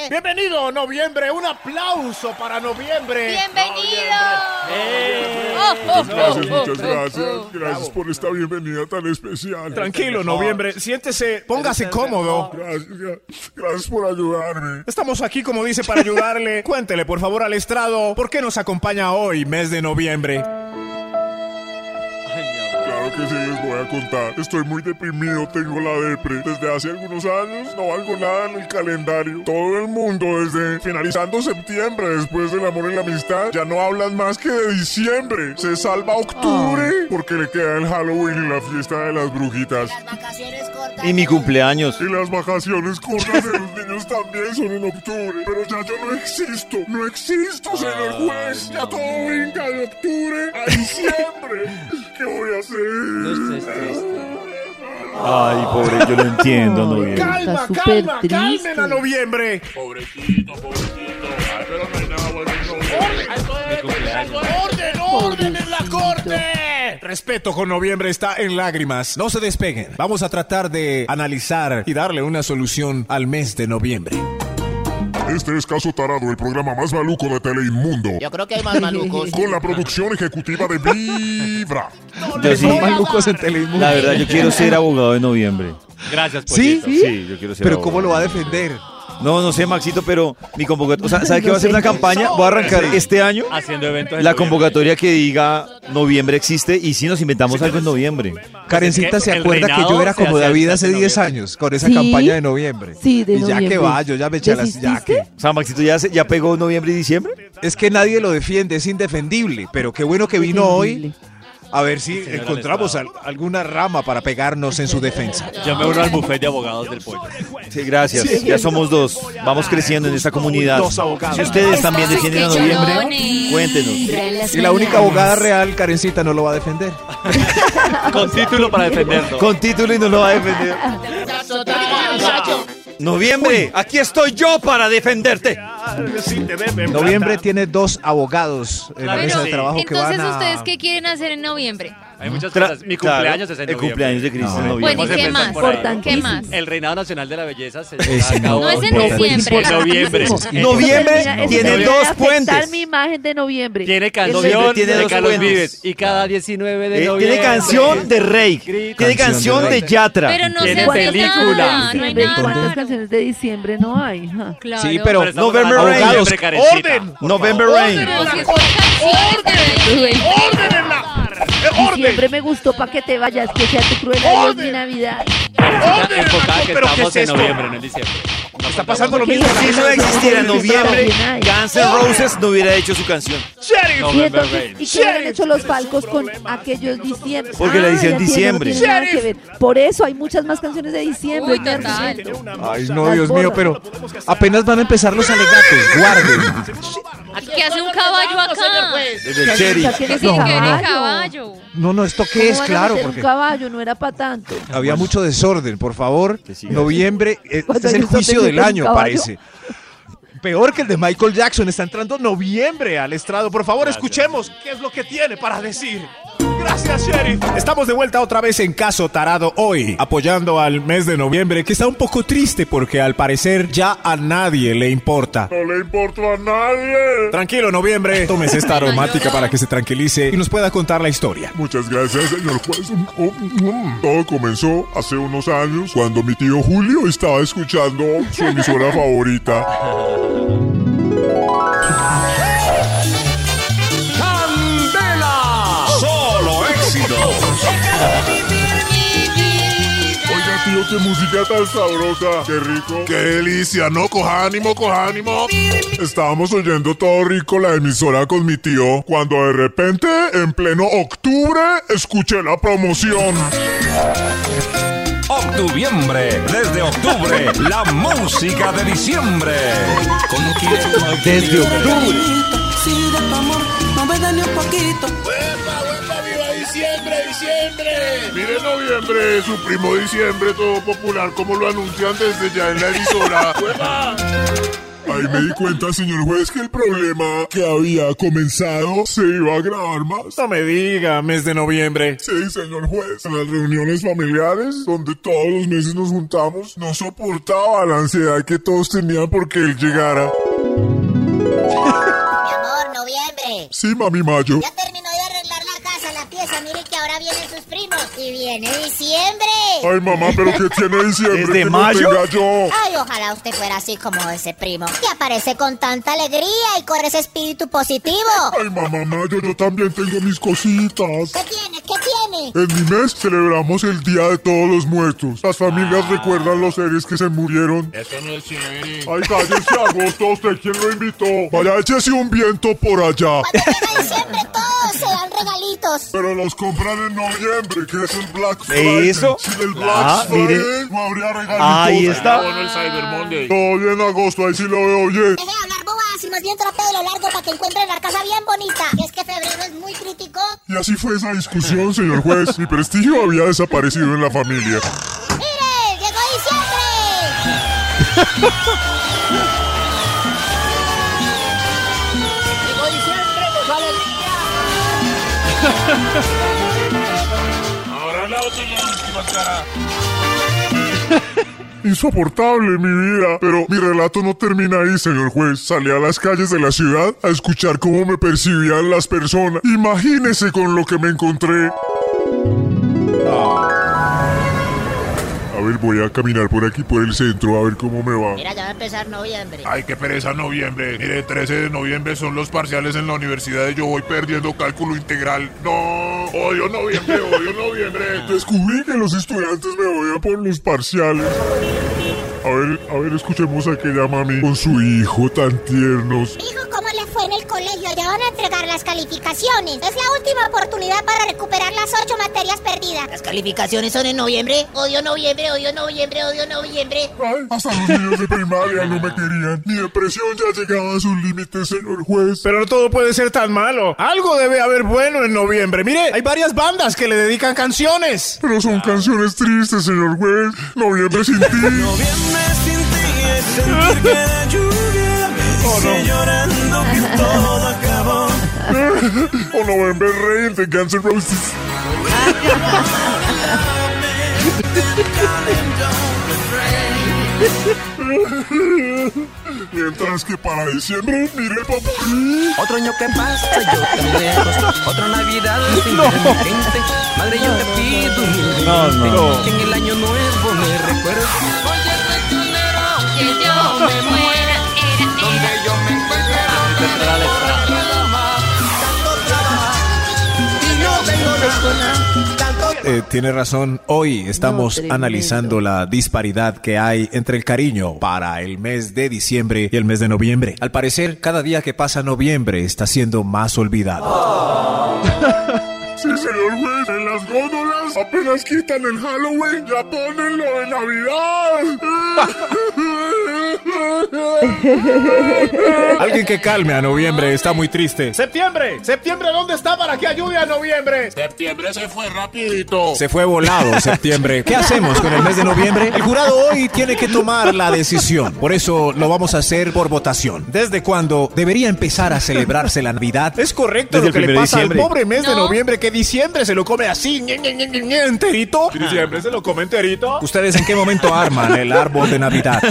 Bienvenido, noviembre. Un aplauso para noviembre. Oh, oh, ¡Bienvenido! Muchas gracias, muchas gracias. Gracias por esta bienvenida tan especial. Tranquilo, noviembre. Siéntese, póngase Oh. cómodo. Gracias, gracias por ayudarme. Estamos aquí, como dice, para ayudarle. Cuéntele, por favor, al estrado, ¿por qué nos acompaña hoy, mes de noviembre? Claro que sí, les voy a contar. Estoy muy deprimido, tengo la depre. Desde hace algunos años no valgo nada en el calendario. Todo el mundo, desde finalizando septiembre, después del amor y la amistad, ya no hablan más que de diciembre. Se salva Ah. octubre porque le queda el Halloween y la fiesta de las brujitas. Y mi cumpleaños. Y las vacaciones cortas de los niños también son en octubre. Pero ya yo no existo. No existo, señor juez. Ya todo venga de octubre a diciembre. ¿Qué voy a hacer? Ay, pobre, yo lo entiendo, Ay, noviembre. Está Calma, súper calma, triste. calmen a noviembre. Pobrecito, pobrecito. Ay, pero no hay nada bueno en noviembre. ¡Orden, orden en la corte! Respeto con noviembre está en lágrimas. No se despeguen. Vamos a tratar de analizar y darle una solución al mes de noviembre. Este es Caso Tarado, el programa más maluco de Teleinmundo. Yo creo que hay más malucos. Con la producción ejecutiva de Vibra. Yo sí, Malucos en Telemundo. la verdad, yo quiero ser abogado de noviembre. Gracias, ¿Sí? pollito. ¿Sí? Sí, yo quiero ser Pero abogado. ¿cómo lo va a defender? No, no sé, Maxito, pero mi convocatoria. O sea, ¿sabe No qué va a ser sé. una campaña? Voy a arrancar Sí. este año Haciendo eventos. en la noviembre. convocatoria que diga noviembre existe y si nos inventamos algo en noviembre. Karencita se acuerda que yo era como David hace 10 años con esa Sí. campaña de noviembre. Sí, de y ya que noviembre. va, yo ya me eché a las ya que. O sea, Maxito ya, se- ya pegó noviembre y diciembre. Es que nadie lo defiende, es indefendible, pero qué bueno que vino hoy. A ver si encontramos al- alguna rama para pegarnos en su defensa. Yo me uno al buffet de abogados del pollo. Sí, gracias. Sí. Ya somos dos. Vamos creciendo en esta comunidad. Dos abogados. Si ustedes también Estás defienden a escuchando, noviembre, Ney. cuéntenos. Y la única abogada real, Karencita, no lo va a defender. Con título para defenderlo. Con título y no lo va a defender. Noviembre, aquí estoy yo para defenderte. Noviembre tiene dos abogados en la Claro, mesa de sí. trabajo que Entonces, van a... ¿ustedes qué quieren hacer en noviembre? Hay muchas Tra- cosas. Mi claro, cumpleaños es en el noviembre. cumpleaños de Cristo en No, noviembre. podemos Bueno, ¿y qué empezar más? por ahí. ¿Qué más? El Reinado Nacional de la Belleza se Es lleva a cabo No es en diciembre. En noviembre. Importantísimo. Noviembre Eso termina- tiene eso dos puede afectar puentes. mi imagen de noviembre. Tiene Noviembre canción tiene de dos Carlos buenos. Vives. Y cada 19 de Eh, noviembre. tiene canción de Rey, tiene Canción canción de de Rey. Yatra. Pero no Tiene se hace película. nada, no hay Diciembre, ¿Cuántas nada. canciones de diciembre no hay? Ja. Claro. Sí, pero Pero estamos November hablando de Rain. noviembre, Karencita. ¡Orden! November Rain. Pero si es por canciones de Noviembre. ¡Ordenenla! Diciembre me gustó para que te vayas, que sea tu cruel adiós mi Navidad. Enfocada que ¿Pero qué estamos es en esto? noviembre, no en diciembre. Está pasando lo ¿Qué mismo. Si no existiera noviembre, Guns N' Roses no hubiera hecho su canción. ¡Sheriff! Y November entonces, Rain. ¿y qué han hecho los palcos con aquellos diciembre? Porque la Ah, dicen ya entiendo, diciembre. no tiene nada que ver. Por eso hay muchas más canciones de diciembre. Uy, Nervios. total. Ay, no, Dios mío, pero apenas van a empezar los alegatos. Guarden. ¿Qué hace un caballo acá? Desde el Ya Cherry. tiene Que No. si quiere caballo. caballo. No, no, ¿esto qué ¿Cómo es? van a Claro, meter porque un caballo no era para tanto. había mucho desorden. Por favor, Que siga. noviembre, eh, Cuando este es hay el un desorden juicio del con un año, caballo. parece. Peor que el de Michael Jackson. Está entrando noviembre al estrado. Por favor, escuchemos qué es lo que tiene para decir. Gracias, Sheriff. Estamos de vuelta otra vez en Caso Tarado hoy, apoyando al mes de noviembre, que está un poco triste porque al parecer ya a nadie le importa. No le importa a nadie. Tranquilo, noviembre. Tomes esta aromática para que se tranquilice y nos pueda contar la historia. Muchas gracias, señor juez. Todo comenzó hace unos años cuando mi tío Julio estaba escuchando su emisora favorita. ¡Candela! ¡Solo éxito! Oiga, tío, qué música tan sabrosa. Qué rico. Qué delicia, ¿no? Coja ánimo, coja ánimo. Estábamos oyendo todo rico la emisora con mi tío cuando de repente, en pleno octubre, escuché la promoción. Octubiembre, desde octubre, la música de diciembre. Desde octubre. Sí, de tu amor, no me da ni un poquito. diciembre, diciembre! Mire noviembre, su primo diciembre, todo popular, como lo anuncian desde ya en la emisora. Ahí me di cuenta, señor juez, que el problema que había comenzado se iba a agravar más. No me diga, mes de noviembre. Sí, señor juez. En las reuniones familiares, donde todos los meses nos juntamos, no soportaba la ansiedad que todos tenían porque él llegara. Mi amor, noviembre. Sí, mami Mayo. Ya terminó de arreglar la casa, la Ah. pieza. Miren que ahora vienen sus primos. Y viene diciembre. Ay, mamá, pero ¿qué tiene diciembre? ¿Desde que no mayo? tenga yo. Ay, ojalá usted fuera así como ese primo. Que aparece con tanta alegría y corre ese espíritu positivo. Ay, mamá Mayo, yo también tengo mis cositas. ¿Qué tiene? ¿Qué tiene? En mi mes celebramos el Día de Todos los Muertos. Las familias Ah. recuerdan los seres que se murieron. Eso no es chévere. Ay, cállese, agosto, ¿usted quién lo invitó? Vaya, échese un viento por allá. Cuando llega diciembre todos Oh, se dan regalitos. Pero los compran en noviembre, que es el Black Friday. ¿Eso? Sin el Black Ah, Friday mire. no habría regalitos. Ahí está. el Cyber Monday. Todo bien, agosto, ahí sí lo veo bien. Deje de hablar bobadas y más bien trate de lo largo para que encuentren la casa bien bonita. Y es que febrero es muy crítico. Y así fue esa discusión, señor juez. Mi prestigio había desaparecido en la familia. ¡Mire! ¡Llegó diciembre! pues, Insoportable mi vida. Pero mi relato no termina ahí, señor juez. Salí a las calles de la ciudad a escuchar cómo me percibían las personas. Imagínese con lo que me encontré. A ver, voy a caminar por aquí, por el centro, a ver cómo me va. Mira, ya va a empezar noviembre. Ay, qué pereza noviembre. Mire, 13 de noviembre son los parciales en la universidad y yo voy perdiendo cálculo integral. No, odio noviembre, odio noviembre. Descubrí que los estudiantes me odian por los parciales. A ver, a ver, escuchemos a aquella mami con su hijo tan tiernos. Hijo, ¿cómo le fue en el colegio? Ya van a entregar las calificaciones. Es la última oportunidad para recuperar las ocho materias perdidas. Las calificaciones son en noviembre. Odio noviembre, odio noviembre, odio noviembre. Ay, hasta los niños de primaria no me querían. Mi depresión ya llegaba a sus límites, señor juez. Pero no todo puede ser tan malo. Algo debe haber bueno en noviembre. Mire, hay varias bandas que le dedican canciones. Pero son canciones tristes, señor juez. Noviembre sin ti. Noviembre sin ti es sentir que la lluvia Oh, hice llorando que todo acabó. o noviembre rey de Guns N' Roses. Mientras que para diciembre, mire papi. Otro año que pasa, yo tan lejos. Otra Navidad sin ver a mi gente. Madre, yo te pido humildemente no. que en el año nuevo me recuerdes. Oye, retonero, que yo me muera. Donde yo me encuentre, donde me Y no tengo nada. Tanto Eh, tiene razón, hoy estamos tremendo. analizando la disparidad que hay entre el cariño para el mes de diciembre y el mes de noviembre. Al parecer, cada día que pasa noviembre está siendo más olvidado. Sí, señor juez, en las góndolas apenas quitan el Halloween, ya ponen lo de Navidad. Alguien que calme a noviembre, está muy triste. Septiembre, septiembre, ¿dónde está para que ayude a noviembre? Septiembre se fue rapidito. Se fue volado septiembre. ¿Qué hacemos con el mes de noviembre? El jurado hoy tiene que tomar la decisión. Por eso lo vamos a hacer por votación. ¿Desde cuándo debería empezar a celebrarse la Navidad? Es correcto Desde el primer diciembre. mes No. noviembre que diciembre se lo come así, ñe, ñe, ñe, ñe, ñe, enterito. Diciembre se lo come enterito. ¿Ustedes en qué momento arman el árbol de Navidad?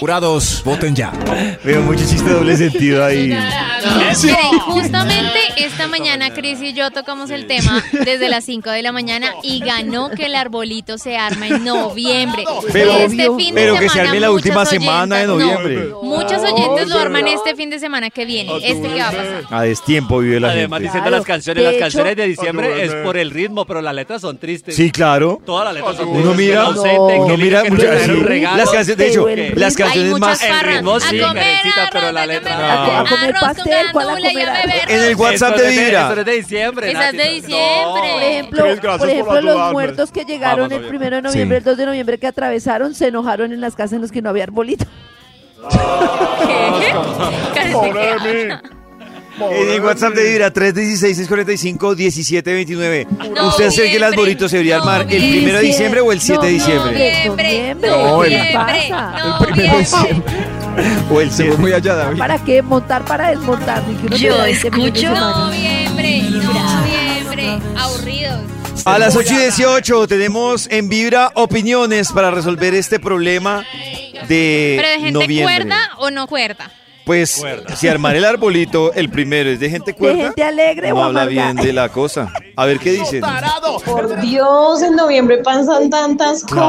Jurados, voten ya. Veo mucho chiste de doble sentido ahí. Sí, Justamente esta mañana Cris y yo tocamos el tema desde las 5 de la mañana y ganó que el arbolito se arma en noviembre. Pero, Este fin de pero que se semana, arme la última muchas semana de oyentas- no, noviembre. muchos oyentes lo arman este fin de semana que viene, Ah, este que va a pasar. A destiempo vive la Además, gente. diciendo las canciones, de las hecho- canciones de diciembre es por el ritmo, pero las letras son tristes. Sí, claro. Todas las letras son tristes. Uno mira, que ausente, que uno liga, mira que muchas- regalaron sí. regalos. las canciones, de hecho, Qué buen las ritmo. Hay canciones muchas más El farras. ritmo a sí, comer Karencita, pero arroz, la a comer letra. Ah. A co- a comer arroz con pastel, ¿cuál a gandula y a comer? beber en el ron. WhatsApp Eso de es de- Vibra. eso es de diciembre. Esas de Nati. diciembre. No. Por ejemplo, Tres por gracias por ejemplo los ayudarme. muertos que llegaron Ah, Vamos, el noviembre. primero de noviembre, el 2 de noviembre que atravesaron, se enojaron en las casas en las que no había arbolito. ¿Qué? Karencita, ¿qué? En el WhatsApp de Vibra, 316-645-1729. ¿Usted es el que el arbolito se debería armar el Noviembre. primero de diciembre o el 7 de diciembre? Noviembre, Noviembre, ¿qué noviembre, pasa? noviembre. O el 7. Muy allá, David. ¿Para qué? Montar para desmontar. ni que uno Yo tenga 20 millones de escucho- semanas. Noviembre, noviembre, aburridos. A las 8 y 18 tenemos en Vibra opiniones para resolver este problema de Pero de gente noviembre. cuerda o no cuerda. Pues si armar el arbolito, el primero es de gente cuerda. gente alegre no o habla amargada. bien de la cosa. A ver qué dicen. Por Dios, en noviembre pasan tantas Claro,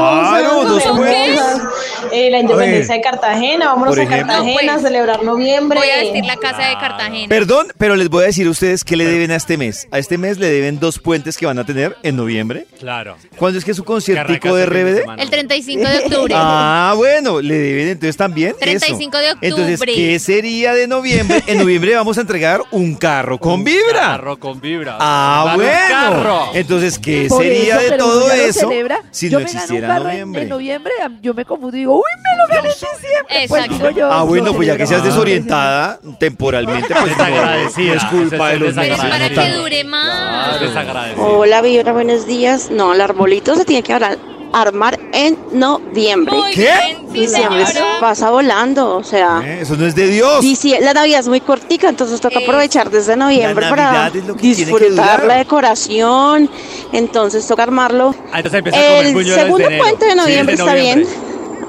cosas. dos noviembre puentes. pasan, eh, la independencia de Cartagena, vámonos por a ejemplo. Cartagena a Pues, celebrar noviembre. Voy a decir la casa de Cartagena. Perdón, pero les voy a decir a ustedes qué le deben a este mes. A este mes le deben dos puentes que van a tener en noviembre. Claro. ¿Cuándo es que es su conciertico Carracas de el fin de RBD? semana. El 35 de octubre. Ah, bueno, le deben entonces también. 35 de eso. Entonces, octubre. ¿qué sería de noviembre? En noviembre vamos a entregar un carro con vibra. Carro con vibra. Ah, Dar un bueno. carro. Entonces, ¿qué Por sería eso, de pero todo uno ya lo eso celebra. si yo me no gané un existiera carro en- noviembre? En noviembre ah, yo me confundo y digo, uy, me lo gané en diciembre. Pues Exacto. digo yo, Ah, lo bueno, pues ya que seas celebro. desorientada temporalmente, pues no, Desagradecida. no es culpa de los Pero es Desagradecida. demás. para no que tanto. dure más. Desagradecido. Hola, Vibra, buenos días. No, el arbolito se tiene que ar- armar en noviembre. Muy ¿Qué? bien, sí, Diciembre se señora. pasa volando, o sea. Eh, Eso no es de Dios. dicie- la Navidad es muy cortica, entonces toca Eh, aprovechar desde noviembre la para Navidad es lo que tiene que disfrutar durar. la decoración. Entonces toca armarlo Ah, entonces empieza a comer El buñuelos segundo enero. puente de Sí, noviembre está bien.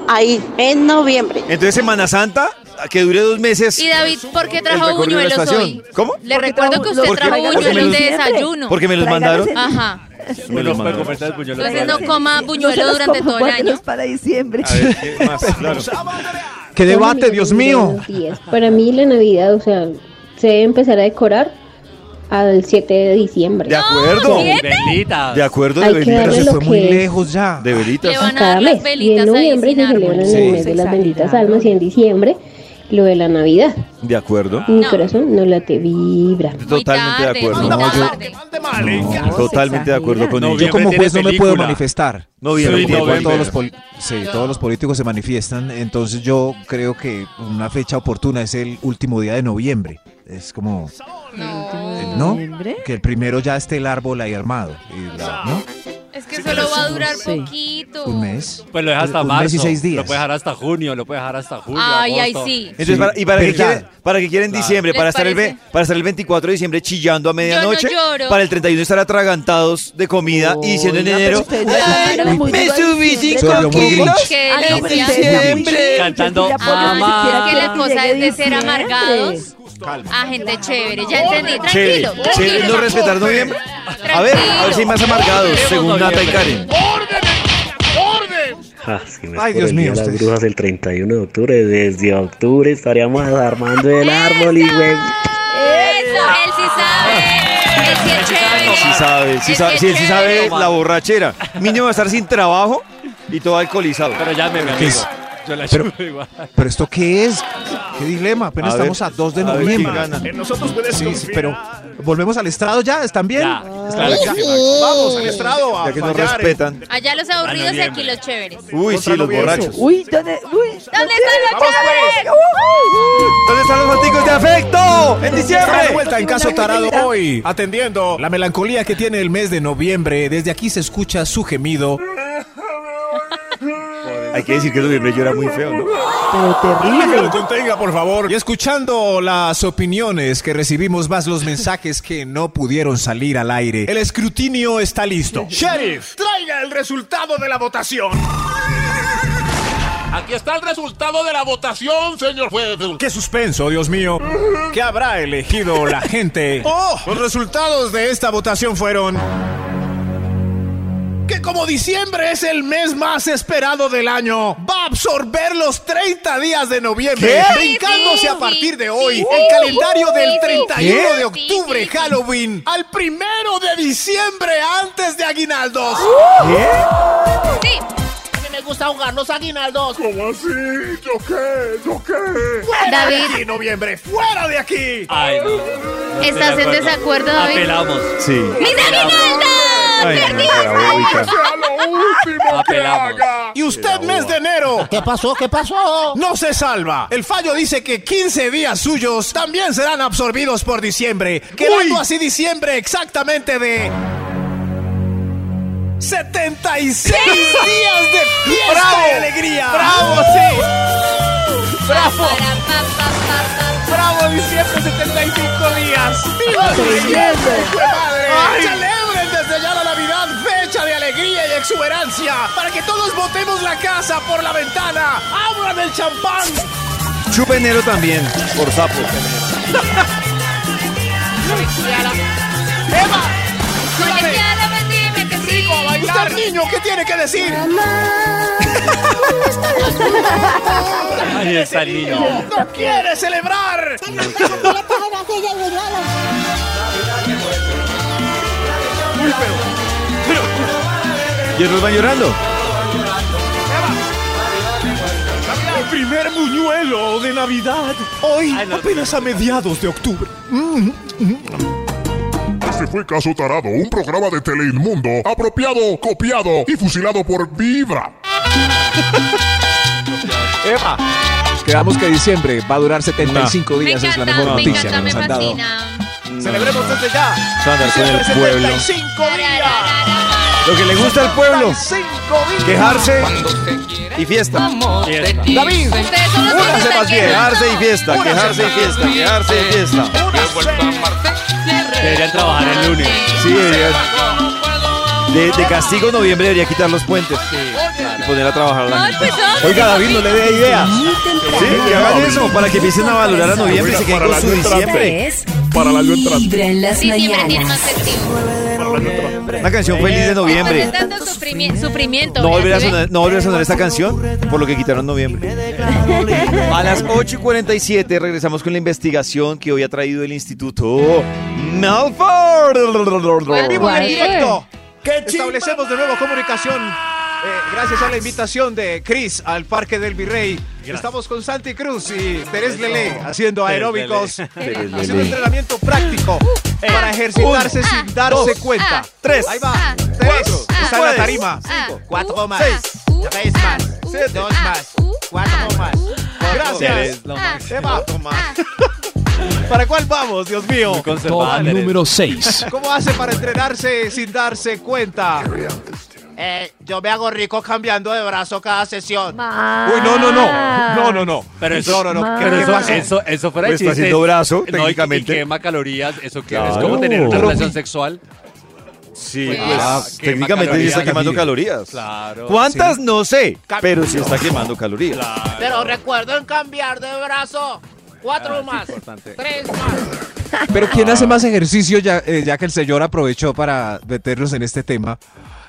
Ahí, en noviembre. Entonces, Semana Santa, que dure dos meses. Y David, ¿por qué el trajo recorrido de la buñuelos estación. hoy? ¿Cómo? Le Porque recuerdo trajo- que los- usted porque- trajo porque me buñuelos los- de desayuno. Porque me los Tráigalos mandaron. en- Ajá. Me los puede mandó. pues comer buñuelo. Entonces no coma buñuelo No se los durante como todo el guárdelos año. para diciembre. A ver, ¿qué más? Claro. ¡Qué Hola, debate, amigos, Dios muy mío! buenos días. Para mí la Navidad, o sea, se debe empezar a decorar al 7 de diciembre. De acuerdo. De acuerdo, de Hay que velitas. darle Pero se lo fue muy que es. lejos ya. De velitas. Le van a cada mes. y en noviembre se celebran el mes de las benditas almas y en diciembre lo de la Navidad. De acuerdo. Mi corazón no late vibra. Totalmente de acuerdo. muy No, yo- No, totalmente de acuerdo con él. Yo como juez no me puedo manifestar. Noviembre Sí, tiene porque película. todos los poli- sí, todos los políticos se manifiestan, entonces yo creo que una fecha oportuna es el último día de noviembre. Es como eh, ¿no? Que el primero ya esté el árbol ahí armado, y la- ¿no? Es que solo va a durar poquito. Un mes. Pues lo deja hasta Un marzo. mes y seis días. Lo puede dejar hasta junio, lo puede dejar hasta julio. Ay, ay, agosto. sí. Entonces, para- ¿y para qué ¿verdad? quieren, para qué quieren diciembre? ¿Les Para estar, el, ve- parece? para estar el 24 de diciembre chillando a medianoche. lloro. para el 31 estar atragantados de comida y diciendo en Oiga, pero enero. ustedes ya "Ay, están muy me igual subí siempre". 5 Pero muy kilos grinch. Qué en delicia. diciembre. Cantando Ah, mamá. que la cosa es de ser diciembre. amargados a gente chévere. Ya entendí. Chévere, Tranquilo. chévere tranquilo. no respetar noviembre. A ver, a ver si hay más amargados, según Nata y Karen. Ay, Dios mío, Las brujas el 31 de octubre. Desde octubre estaríamos armando el árbol y güey. Eso, él sí sabe. Él sí es chévere. Si sabe, si Es sabe, que si él sí sabe chévere. la borrachera. Mínimo va a estar sin trabajo y todo alcoholizado. Pero ya me ¿Qué es? Yo la Pero- chupo igual. Pero esto qué es? ¿Qué dilema? Apenas A ver, estamos a 2 de a ver quién noviembre. gana. En nosotros puedes sí, pero volvemos al estrado ya, ¿están bien? claro que sí. Vamos al estrado a Ya que nos fallar, eh. respetan. Allá los aburridos y noviembre. aquí los chéveres. Uy, sí, los borrachos. Uy, ¿dónde? Uy, ¿dónde están los chéveres? ¿Dónde están los boticos de afecto? En diciembre. Está de vuelta en Caso Tarado hoy, atendiendo la melancolía que tiene el mes de noviembre. Desde aquí se escucha su gemido. Hay que decir que noviembre llora muy feo, ¿no? Que lo contenga, por favor. Y escuchando las opiniones que recibimos, más los mensajes que no pudieron salir al aire. El escrutinio está listo. Sheriff, traiga el resultado de la votación. Aquí está el resultado de la votación, señor juez. ¡Qué suspenso, Dios mío! ¿Qué habrá elegido la gente? ¡Oh! Los resultados de esta votación fueron... Que como diciembre es el mes más esperado del año, va a absorber los 30 días de noviembre, ¿Qué? brincándose a partir de hoy sí, el sí, calendario sí, del sí, 31 ¿Qué? de octubre, Halloween, al primero de diciembre antes de aguinaldos. Sí. A mí me gusta jugar los aguinaldos. ¿Cómo así? ¿Yo qué? ¿Yo qué? ¡Fuera de David. aquí, noviembre! ¡Fuera de aquí! Ay, no. ¿Estás en desacuerdo, David? Apelamos. Sí. ¡Mis Ay, aguinaldos! no, pero ahorita. Apelamos. Y usted mes de enero. ¿Qué pasó? ¿Qué pasó? No se salva. El fallo dice que 15 días suyos también serán absorbidos por diciembre, quedando así diciembre exactamente de 76 días de fiesta ¡Bravo! y alegría. ¡Bravo, sí! Uh. ¡Bravo! ¡Bravo, diciembre, 75 días! ¡Viva diciembre! ¡Jue madre! Ay. ¡Celebren desde ya la Navidad, fecha de alegría y exuberancia! ¡Para que todos botemos la casa por la ventana! ¡Abran el champán! Chupa enero también, por sapo. ¡Eva! ¡Usted, niño, qué tiene que decir! Ay, está niño. ¡No quiere celebrar! ¿Y nos van llorando? El primer muñuelo de Navidad. Hoy, apenas a mediados de octubre. Este fue Caso Tarado, un programa de Teleinmundo, apropiado, copiado y fusilado por Vibra. Eva. Quedamos que diciembre va a durar 75 Me días, es la encanta, mejor me noticia encanta, que me nos han dado. fascina. ¡Celebremos desde ya! Se va a andar con el pueblo. 75 días! Lo que le gusta al pueblo, 75 días! quejarse y fiesta. David, Ustedes son los que Una se se están más bien, quejando. quejarse y fiesta, quejarse y fiesta, quejarse y fiesta. Deberían trabajar el lunes. Sí, deberían. De, de castigo noviembre debería quitar los puentes y poner a trabajar a la gente. Oiga, David, no le dé idea. Sí, que hagan eso para que empiecen a valorar a noviembre y se queden con su Esta diciembre. es para el año entrante. Vibra en las Diciembre tiene más mañanas. sentido. Una canción feliz de noviembre. Después de tanto suprimi- sufrimiento. No ¿verdad? volverá, a ¿Sí ve? sonar, no volverá a sonar esta canción por lo que quitaron noviembre. A las 8 y 47 regresamos con la investigación que hoy ha traído el Instituto En vivo y en Melford. directo. Establecemos de nuevo comunicación. eh, gracias a la invitación de Chris al Parque del Virrey. Estamos con Santi Cruz y Teres Lele haciendo Teres aeróbicos, Lele. Teres haciendo Lele. entrenamiento práctico para ejercitarse uno, sin darse dos, cuenta. ah, tres, Ahí va. ah, Tres. cuatro, Está en puedes, la tarima. ah, Cinco, cuatro uh, más. seis, Tres más. Dos más. Cuatro Ah. más. Ah. Gracias. Teres, lo Eva. ¿Para cuál vamos, Dios mío? Top número 6. ¿Cómo hace para entrenarse sin darse cuenta? Eh, yo me hago rico cambiando de brazo cada sesión. Uy, no, no, Ah. no. No, no, no. Pero eso, no, no, no. pero ¿Qué eso, pasó? eso, eso fuera de Pues está chiste. haciendo brazo, No, y- técnicamente. Y, quema calorías, eso que es Claro. como tener una Pero- relación sexual. Sí, pues, técnicamente sí está quemando calorías. Claro. ¿Cuántas? No sé, Cam- pero sí está quemando calorías. Pero recuerden cambiar de brazo. Cuatro más. Tres más. Pero ¿quién hace más ejercicio ya, eh, ya que el señor aprovechó para meternos en este tema?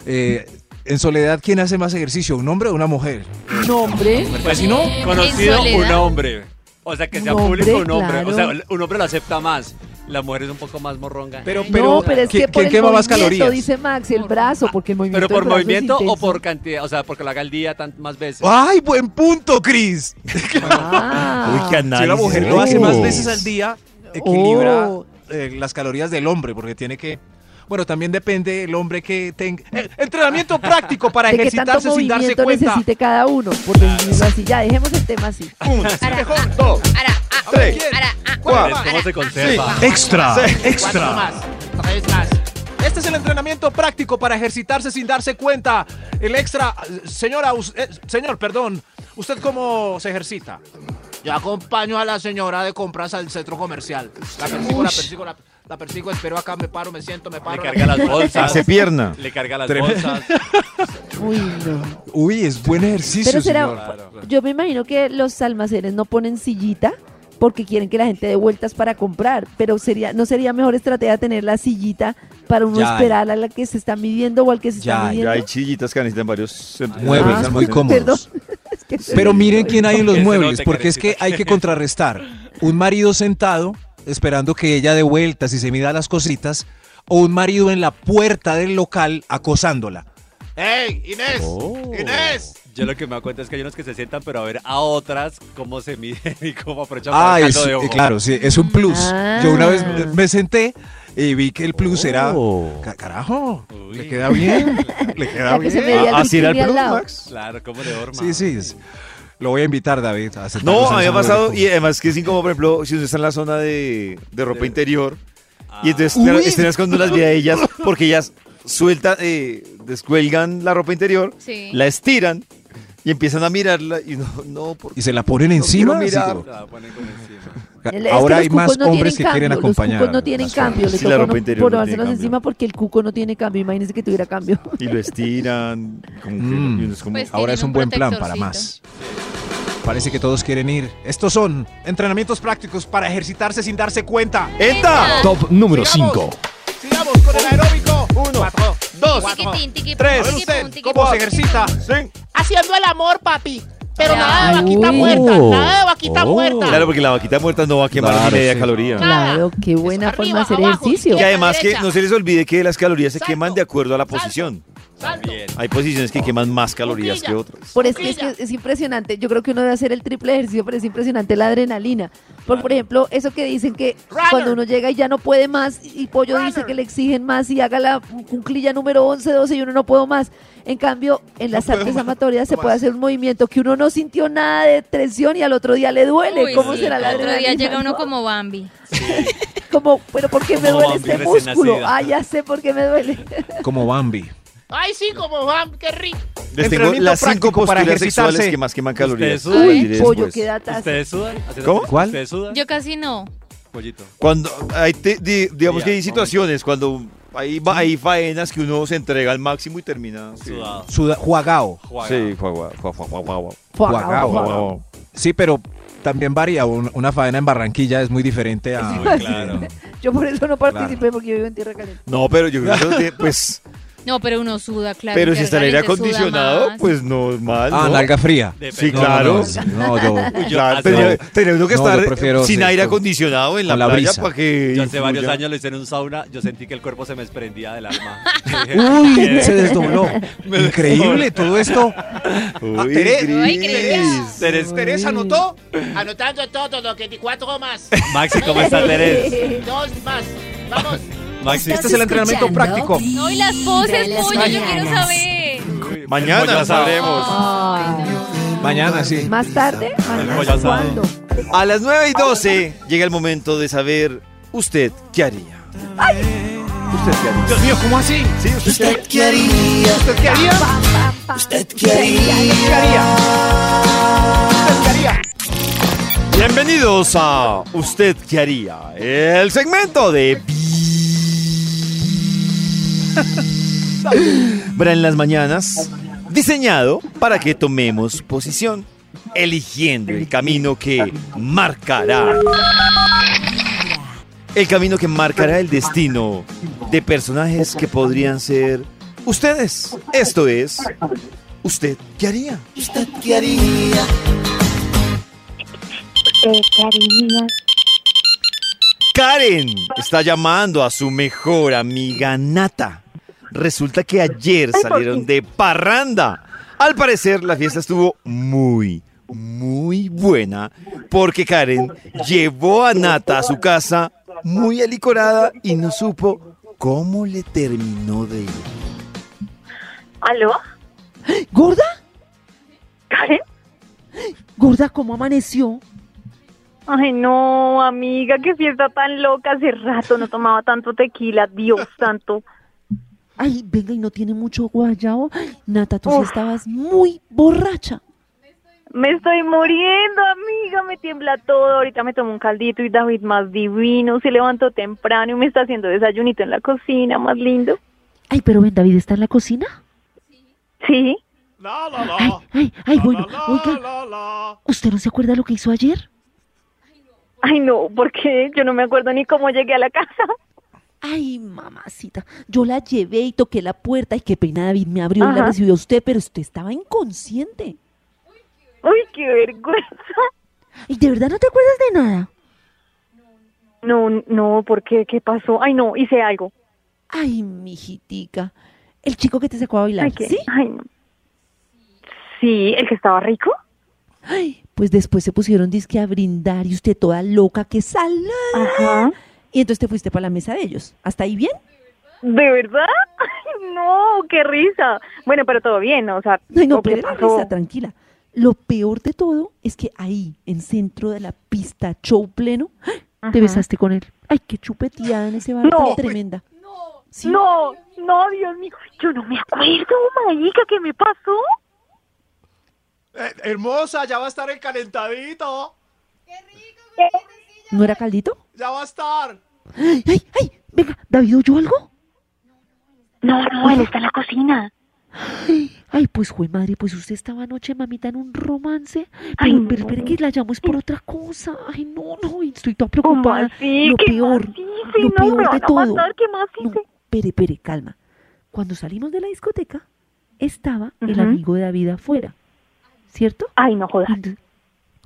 Eh, en soledad, ¿quién hace más ejercicio? ¿Un hombre o una mujer? Un hombre. Pues si no, conocido un hombre. O sea, que sea Un hombre, público un hombre. O sea, claro. un hombre lo acepta más. La mujer es un poco más morronga. Pero, no, pero es que por el quema más movimiento, calorías? dice Max, el brazo, porque el movimiento ¿Pero por del brazo es movimiento o intenso. por cantidad? O sea, porque lo haga al día tan, más veces. ¡Ay, buen punto, Cris! Uy, qué Si análisis. una mujer lo hace Oh. más veces al día, equilibra Oh. eh, las calorías del hombre, porque tiene que... Bueno, también depende el hombre que tenga... Eh, entrenamiento práctico para de qué tanto ejercitarse sin darse movimiento cuenta. necesite cada uno, por decirlo así. Ya, dejemos el tema así. ah, Tres. Cuatro. ¿Cómo se conserva? Extra, extra. Tres más. Este es el entrenamiento práctico para ejercitarse sin darse cuenta. El extra, eh, señora, us- eh, señor, perdón, ¿usted cómo se ejercita? Yo acompaño a la señora de compras al centro comercial. La persigo, la persigo, la, la persigo, espero acá, me paro, me siento, me paro. Le carga las bolsas. Hace pierna. Le carga las Tremendo. bolsas. Uy, Uy, es buen ejercicio, Pero será- señor. Yo me imagino que los almacenes no ponen sillita porque quieren que la gente dé vueltas para comprar, pero sería no sería mejor estrategia tener la sillita para uno Ya hay. esperar a la que se está midiendo o al que se está Ya, ya midiendo. hay chillitas que necesitan varios Muebles, Ah, muy cómodos. Perdón. Es que se Pero me miren olvidó quién hay en los eso. muebles, porque es que hay que contrarrestar un marido sentado esperando que ella dé vueltas y se mida las cositas, o un marido en la puerta del local acosándola. ¡Ey, Inés! ¡Inés! Oh. Yo lo que me doy cuenta es que hay unos que se sientan, pero a ver a otras cómo se miden y cómo aprovechan Ah, para el es, caldo de eh, ojo. claro, sí, es un plus. Yo una vez Ah. Oh. me senté y vi que el plus era... "Ca- Carajo, le queda bien, le queda La que se bien. medía el Así era el bikini al plus, lado. Claro, cómo le horma. Sí, sí, es- lo voy a invitar, David. a sentarnos No, al había sabor de pasado, tu- y además que es incómodo, por ejemplo, si usted está en la zona de, de Ah. ropa interior, y entonces Uy. te- estás cuando las vi a ellas, porque ellas sueltan, eh, descuelgan la ropa interior, Sí. la estiran, y empiezan a mirarla, y no, no, por- Y se la ponen encima. quiero así mirar. como- Es que Ahora los hay más cucos no hombres que tienen quieren cambio, acompañar. Los cucos no tienen las cambio, le Sí, la toca ropa uno interior no tiene probárselos cambio. encima porque el cuco no tiene cambio. Imagínense que tuviera cambio. y lo estiran. como que- y uno es como- Pues Ahora tienen es un un buen plan para protectorcito. más. Parece que todos quieren ir. Estos son entrenamientos prácticos para ejercitarse sin darse cuenta. ¡Eta! Top número 5. Sigamos con el aeróbico. Uno, cuatro, dos, Tiquitín, tiquitín, tres. tiquitín, Usted, tiquitín, ¿Cómo se tiquitín. ejercita? Haciendo el amor, papi. Pero nada de vaquita muerta, nada de vaquita Claro, porque la vaquita muerta no va a quemar Oh. Claro, ni media sí. caloría. Claro, qué buena forma de hacer ejercicio. Que además que no se les olvide que las calorías se queman de acuerdo a la posición. Hay posiciones que queman más calorías que otras. Por eso que es, que es impresionante. Yo creo que uno debe hacer el triple ejercicio, pero es impresionante la adrenalina. Por, por ejemplo, eso que dicen que cuando uno llega y ya no puede más, y Pollo dice que le exigen más y haga la cunclilla número 11, 12 y uno no puedo más. En cambio, en las artes amatorias se puede hacer un movimiento que uno no sintió nada de tensión y al otro día le duele. Uy, ¿Cómo sí, será la el otro adrenalina? día llega uno no? como Bambi. Como, pero ¿por qué me Como duele Bambi este recién músculo? nacida. Ah, ya sé por qué me duele. Como Bambi. Ay, sí, como van, qué rico. Les tengo Entrenamiento las cinco práctico para posturas sexuales ejercitarse. que más queman calorías. Ustedes sudan. Les diré Pollo, después. qué datas. ¿Ustedes sudan? ¿Hacen- ¿Cómo? ¿Cuál? ¿Ustedes sudan? Yo casi no. Pollito. Cuando hay te- di- digamos que hay situaciones cuando hay, va- hay faenas que uno se entrega al máximo y termina sudado. Suda- Juagao. Sí, guau, guau, guau, guau, guau, guau. Juagao. Sí, pero También varía, un- una faena en Barranquilla es Ah, muy diferente a... Uy, claro. Yo por eso no participé porque yo vivo en Tierra Caliente. No, pero yo creo que pues. No, pero uno suda, claro. pero en si está el Tierra aire Caliente suda acondicionado, más. pues normal. Ah, ¿no? nalga fría. Sí, No, claro. no, no, yo- Uy, yo claro, hace- tenía, no, tenía uno que no, yo estar prefiero, sin sí, aire con- acondicionado en la, con la playa brisa. para que. Yo hace varios influya. años lo hice en un sauna, yo sentí que el cuerpo se me desprendía del alma. Uy, se desdobló. Increíble todo esto. Ah, Uy, Ay, Cris. Teresa. Teresa. Teresa anotó. Anotando todo lo que di cuatro más. Maxi, ¿cómo estás, Teresa? Dos más. Vamos. Maxi, Este es el entrenamiento práctico. No, y las voces, Vibra en las pollo, yo quiero mañanas. saber. Mañana Mañana sabremos. Mañana sí. Más tarde, mañana, asado. ¿cuándo? A las 9 y 12 llega el momento de saber usted qué haría. ¿Usted qué haría? Dios mío, ¿cómo así? Sí, usted, qué haría. ¿Usted qué haría? ¿Usted qué haría? Bienvenidos a Usted qué haría, el segmento de Vibra en las mañanas, diseñado para que tomemos posición, eligiendo el camino que marcará. El camino que marcará el destino de personajes que podrían ser ustedes. Esto es, ¿usted qué haría? ¿Usted qué haría? Eh, Karen está llamando a su mejor amiga Nata. Resulta que ayer Ay, ¿por salieron de parranda. Al parecer la fiesta estuvo muy, muy buena porque Karen llevó a Nata a su casa muy alicorada y no supo cómo le terminó de ir. ¿Aló? ¿Gorda? ¿Karen? ¿Gorda cómo amaneció? Ay, no, amiga, qué fiesta tan loca. Hace rato no tomaba tanto tequila, Dios santo. Ay, venga, y no tiene mucho guayao. Ay, Nata, tú sí estabas muy borracha. Me estoy muriendo, amiga, me tiembla todo. Ahorita me tomo un caldito y David más divino. Se levantó temprano y me está haciendo desayunito en la cocina, más lindo. Ay, pero ven, David está en la cocina. Sí. Ay, ay, ay, bueno, oiga, ¿usted no se acuerda lo que hizo ayer? Ay, no, porque yo no me acuerdo ni cómo llegué a la casa. Ay, mamacita, yo la llevé y toqué la puerta y qué pena David me abrió y la Ajá. recibió usted, pero usted estaba inconsciente. Uy, qué vergüenza. ¿Y de verdad no te acuerdas de nada? No, no, ¿por qué? ¿Qué pasó? Ay, no, hice algo. Ay, mijitica, el chico que te sacó a bailar, Ay, qué- ¿sí? ay, no. Sí, el que estaba rico. Ay, pues después se pusieron disque a brindar y usted toda loca, que salada. Y entonces te fuiste para la mesa de ellos. ¿Hasta ahí bien? ¿De verdad? Ay, no, qué risa. Bueno, pero todo bien, ¿no? o sea, No, no, ¿o qué pero la pasó? risa, tranquila. Lo peor de todo es que ahí, en centro de la pista, show pleno, ¡ah! te Ajá. besaste con él. Ay, qué chupeteada en ese bar tan No. pues, tremenda. Sí. No, no, Dios mío, yo no me acuerdo, marica, ¿qué me pasó? Eh, hermosa, ya va a estar el calentadito. ¿No era caldito? Ya va a estar. Ay, ay, ay, venga, David, ¿oyó algo? No, no, él está en la cocina. Ay, pues, jue madre, pues usted estaba anoche, mamita, en un romance. Pero, Ay, pero, no. espere que la llamo es por otra cosa. Ay, no, no, estoy toda preocupada. así? Lo ¿Qué peor, más hice? lo No, peor me de van a todo. matar, ¿qué más No, pere, pere, calma. Cuando salimos de la discoteca, estaba el Ujú. amigo de David afuera, ¿cierto? Ay, no jodas.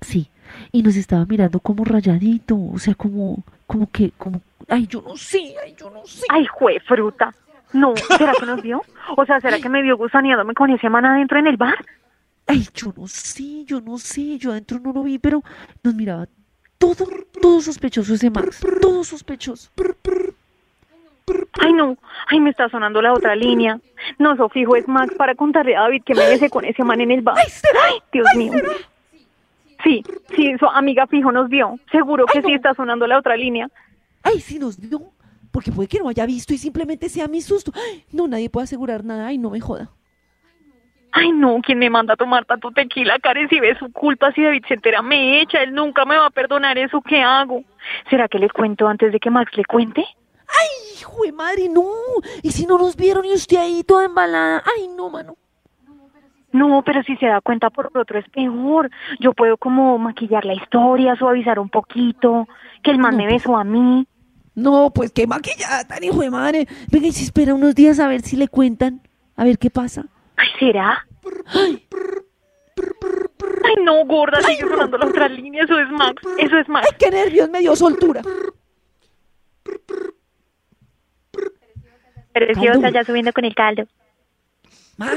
Sí, y nos estaba mirando como rayadito, o sea, como, como que, como, ay, yo no sé, ay, yo no sé. Ay, jue, fruta. No, ¿será que nos vio? O sea, ¿será que me vio gusaneándome con ese man adentro en el bar? Ay, yo no sé, yo no sé, yo adentro no lo vi, pero nos miraba todo, todo sospechoso ese Max, todo sospechoso. Ay, no. Ay, me está sonando la otra línea. No, Sofijo, es Max para contarle a David que me besé con ese man en el bar. Ay, Dios mío. Sí, sí, su amiga fijo nos vio. Seguro que sí está sonando la otra línea. Ay, sí nos dio, porque puede que no haya visto y simplemente sea mi susto. Ay, no, nadie puede asegurar nada, ay, no me joda. Ay, no, ¿quién me manda a tomar tanto tequila, Karen? Si ve su culpa, si David se entera, me echa. Él nunca me va a perdonar eso. ¿Qué hago? ¿Será que le cuento antes de que Max le cuente? Ay, hijo de madre, no. Y si no nos vieron y usted ahí toda embalada, ay, no, mano. No, pero si se da cuenta por otro es peor. Yo puedo como maquillar la historia, suavizar un poquito, que el man pues. me besó a mí. No, pues qué maquillada tan hijo de madre. Venga y se espera unos días a ver si le cuentan, a ver qué pasa. Ay, ¿será? Ay, no, gorda, sigue sonando la otra línea, eso es Max, eso es Max. Ay, qué nervios, me dio soltura. Preciosa, ya subiendo con el caldo. Ah,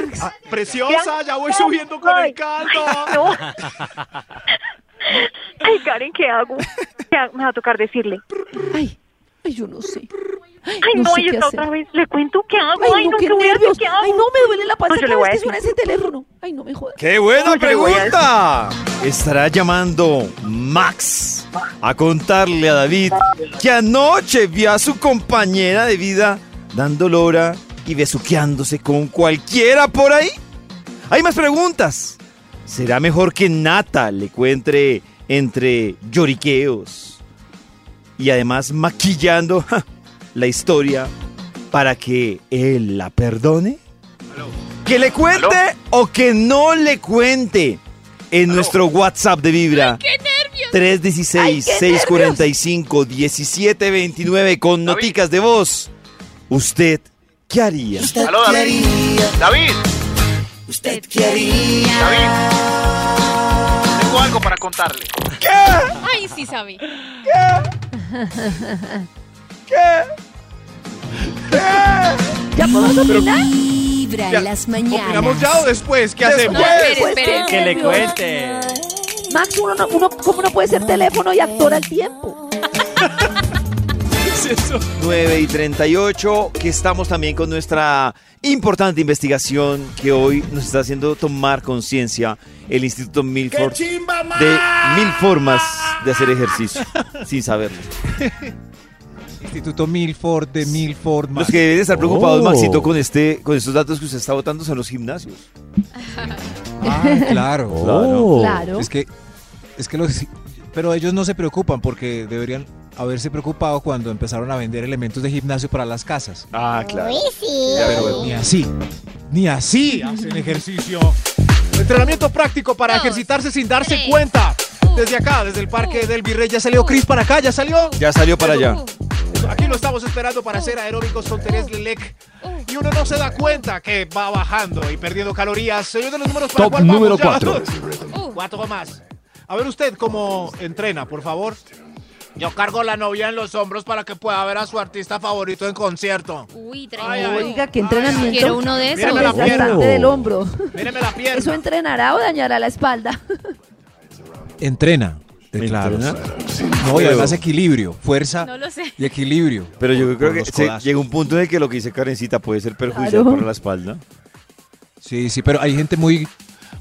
preciosa, ya voy subiendo con el caldo. No. Ay, Karen, ¿qué hago? ¿Qué hago? Me va a tocar decirle. Ay, yo no sé. Ay, no no, sé y qué está hacer. otra vez. ¿Le cuento qué hago? Ay, Ay, no, no, qué ¿qué voy a hacer? nervios. ¿Qué hago? Ay, no, me duele la panza No, yo le cada voy a vez que suena decir. ese teléfono. Ay, no me jodas. ¡Qué buena No, yo le voy a decir. pregunta! Estará llamando Max a contarle a David que anoche vio a su compañera de vida dando lora y besuqueándose con cualquiera por ahí. Hay más preguntas. ¿Será mejor que Nata le cuente entre lloriqueos y además maquillando ja, la historia para que él la perdone? Que le cuente o que no le cuente en nuestro WhatsApp de Vibra. ¡Qué nervios! 316-645-1729 con noticas de voz. ¿Usted qué haría? Aló, David. David. ¿Usted qué haría? David. Tengo algo para contarle. Ay, sí, Sabi. ¿Ya podemos opinar? Vibra en las mañanas. ¿Opinamos ya o después? ¿Qué Después. hacemos? No, espere, espere. Que le cuente. Max, uno no, uno, ¿cómo no puede ser teléfono y actor al tiempo? 9 y 38, que estamos también con nuestra importante investigación que hoy nos está haciendo tomar conciencia el Instituto Milford de mil formas de hacer ejercicio sin saberlo. Instituto Milford de Milford. Los que deben estar preocupados, Oh. Maxito, con este, con estos datos que usted está votando son los gimnasios. Ah, claro. Oh. Claro. Es que, es que los, pero ellos no se preocupan porque deberían haberse preocupado cuando empezaron a vender elementos de gimnasio para las casas. Ah, Uy, sí. Pero ni así, ni así hacen ejercicio. Entrenamiento práctico para ejercitarse sin darse cuenta. Desde acá, desde el Parque del Virrey, ya salió Cris para acá, ya salió. Ya salió para allá. Aquí lo estamos esperando para hacer aeróbicos con Teres Lelec. Y uno no se da cuenta que va bajando y perdiendo calorías. Señor de los números, ¿para Top cuál número vamos ya? cuatro. Cuatro más. A ver usted cómo entrena, por favor. Yo cargo la novia en los hombros para que pueda ver a su artista favorito en concierto. Uy, Ay, ay. traigo. Oiga, qué entrenamiento. Quiero uno de esos. Mírame la Desgastante pierna. del hombro. Míreme la pierna. ¿Eso entrenará o dañará la espalda? Entrena. eh, Claro. No, y además equilibrio, fuerza No lo sé. y equilibrio. Pero yo creo Por que los se- codazos. llega un punto en el que lo que dice Karencita puede ser perjudicial Claro. para la espalda. Sí, sí, pero hay gente muy,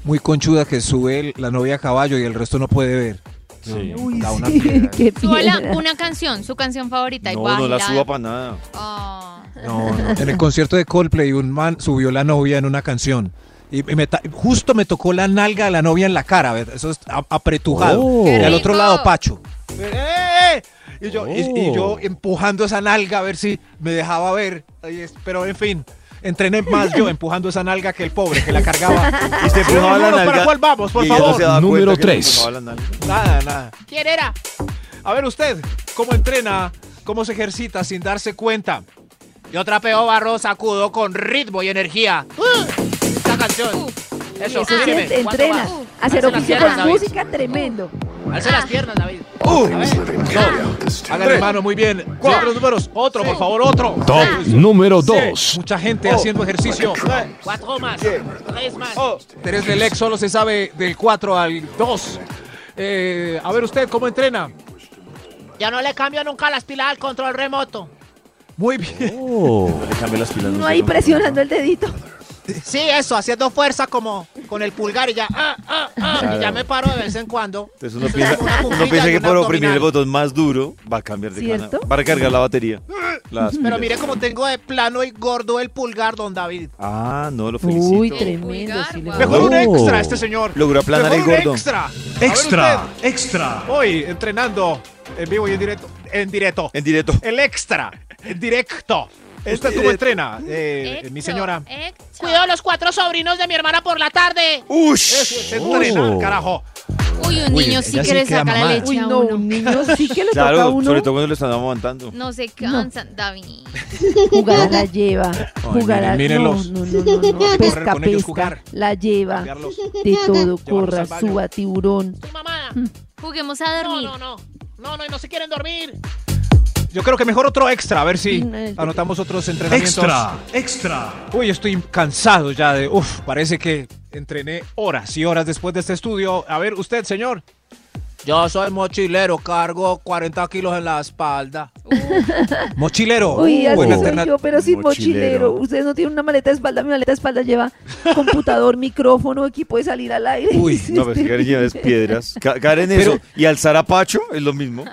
muy conchuda que sube el- la novia a caballo y el resto no puede ver. Sí. Da una qué Súbala piedra. una canción, su canción favorita. y Ah, No, baje no la la- suba para nada. Ah. No, no. En el concierto de Coldplay, un man subió la novia en una canción. Y me ta- justo me tocó la nalga de la novia en la cara. ¿ves? Eso es a- apretujado. Oh. Y ¡Qué al otro rico! lado, Pacho. ¡Eh! Y yo, y- y yo Oh. empujando esa nalga a ver si me dejaba ver. Ahí es- Pero en fin, entrené más yo empujando esa nalga que el pobre que la cargaba. Y se empujaba la Números, ¿Para nalga. cuál vamos, por y ella no favor? se daba Número cuenta que le tres. empujaba la nalga. Nada, nada. ¿Quién era? A ver usted, ¿cómo entrena? ¿Cómo se ejercita sin darse cuenta? Yo trapeo barro, sacudo con ritmo y energía. Esta canción. Eso, Eso sí, míreme. te ¿Cuánto entrena. va? Hacer Alce las oficio con piernas, David. música, tremendo. Alce Ah. las piernas, David. Uh. Hágale Tres. mano, muy bien. Cuatro los números. Otro, por favor, otro. Top número Sí, 2. Mucha Oh. gente haciendo ejercicio. Cuatro más. Tres más. Oh. Tres del ex solo se sabe del 4 al 2. Eh, a ver usted, ¿cómo entrena? Ya no le cambio nunca las pilas al control remoto. Muy bien. Le cambié las pilas, No sé ahí cómo. presionando el dedito. Sí, eso, haciendo fuerza como con el pulgar y ya. ah, ah, ah, y ya me paro de vez en cuando. Entonces uno Eso piensa, es como una uno pupila piensa y que un por oprimir el abdominal. botón más duro va a cambiar de canal. ¿Cierto? Va a recargar la batería. Las Pero pilas. mire cómo tengo de plano y gordo el pulgar, don David. Ah, no, lo felicito. Uy, tremendo. sí le- Mejor un Oh. extra este señor. Logró aplanar Mejor el gordo. Un extra. A ver Extra, extra. usted, Hoy entrenando en vivo y en directo. En directo. En directo. El extra. En directo. ¿Esta cómo entrena, eh, mi señora? Oh. Cuido a los cuatro sobrinos de mi hermana por la tarde. ¡Ush! Es entrenar, carajo. Uy, un Uy, niño ella sí sí que le queda saca la mamá. leche Uy, a no, uno. un niño sí que le toca a Claro, uno. sobre todo cuando lo están aguantando. No se cansan, David. Jugar a la lleva, jugar a miren, no, mírenlos. no, no, no, no, Correr pesca, con ellos, pesca, la lleva, de todo, corra, suba, tiburón. Juguemos a dormir. No, no, no. No, no, y no se quieren dormir. Yo creo que mejor otro extra, a ver si Mm, eh. anotamos otros entrenamientos. Extra, extra. Uy, estoy cansado ya de. Uf, parece que entrené horas y horas después de este estudio. A ver, usted, señor. Yo soy mochilero, cargo 40 kilos en la espalda. Mochilero. Uy, así Buena soy alterna- yo, pero sin mochilero. Ustedes no tienen una maleta de espalda, mi maleta de espalda lleva computador, micrófono, equipo de salir al aire. Uy, no, pero es que Karen lleva es piedras. Ca- Caer en eso y alzar a Pacho es lo mismo.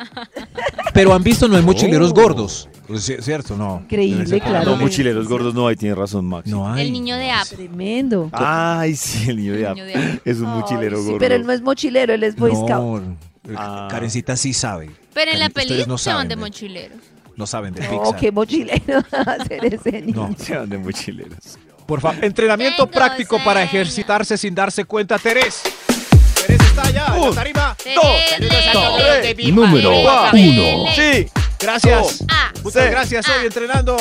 Pero han visto, no hay mochileros gordos. Pues, sí, cierto, no. Increíble, Debe ser- claro. No, mochileros gordos no hay, tiene razón, Max. No El niño de app. Tremendo. Ay, sí, el niño de niño App. de App. Es un Ay, Ah, mochilero Sí, gordo. pero él no es mochilero, él es Boy Scout. No, eh, Ah. Karencita sí sabe. Pero en la Ustedes peli no se van saben de de- mochileros. No saben de No, Pixar. qué mochilero va a ser ese niño. No. Sean de mochileros. Por favor, entrenamiento práctico para ejercitarse sin darse cuenta, Terés. Allá, la tarima. Número uno. Sí, Ah, gracias. Muchas Ah, sí. gracias, hoy entrenando.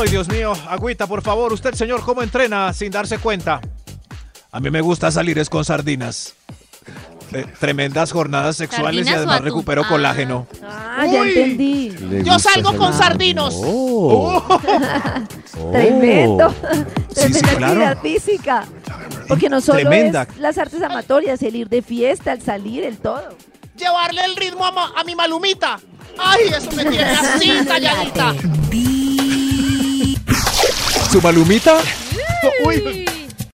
Ay, Dios mío, agüita, por favor. Usted, señor, ¿cómo entrena sin darse cuenta? A mí me gusta salir es con sardinas. Eh, tremendas jornadas sexuales y ¿Sardinas o además atún? recupero colágeno. Ah, ya Uy. entendí. Yo salgo con sardinos. Oh. Tremendo. Sí, Tremenda Oh. sí, claro. actividad física. Porque no solo Tremenda. es las artes amatorias, el ir de fiesta, el salir, el todo. Llevarle el ritmo a, ma- a mi malumita. Ay, eso me tiene así, calladita. ¿Su malumita? Uy.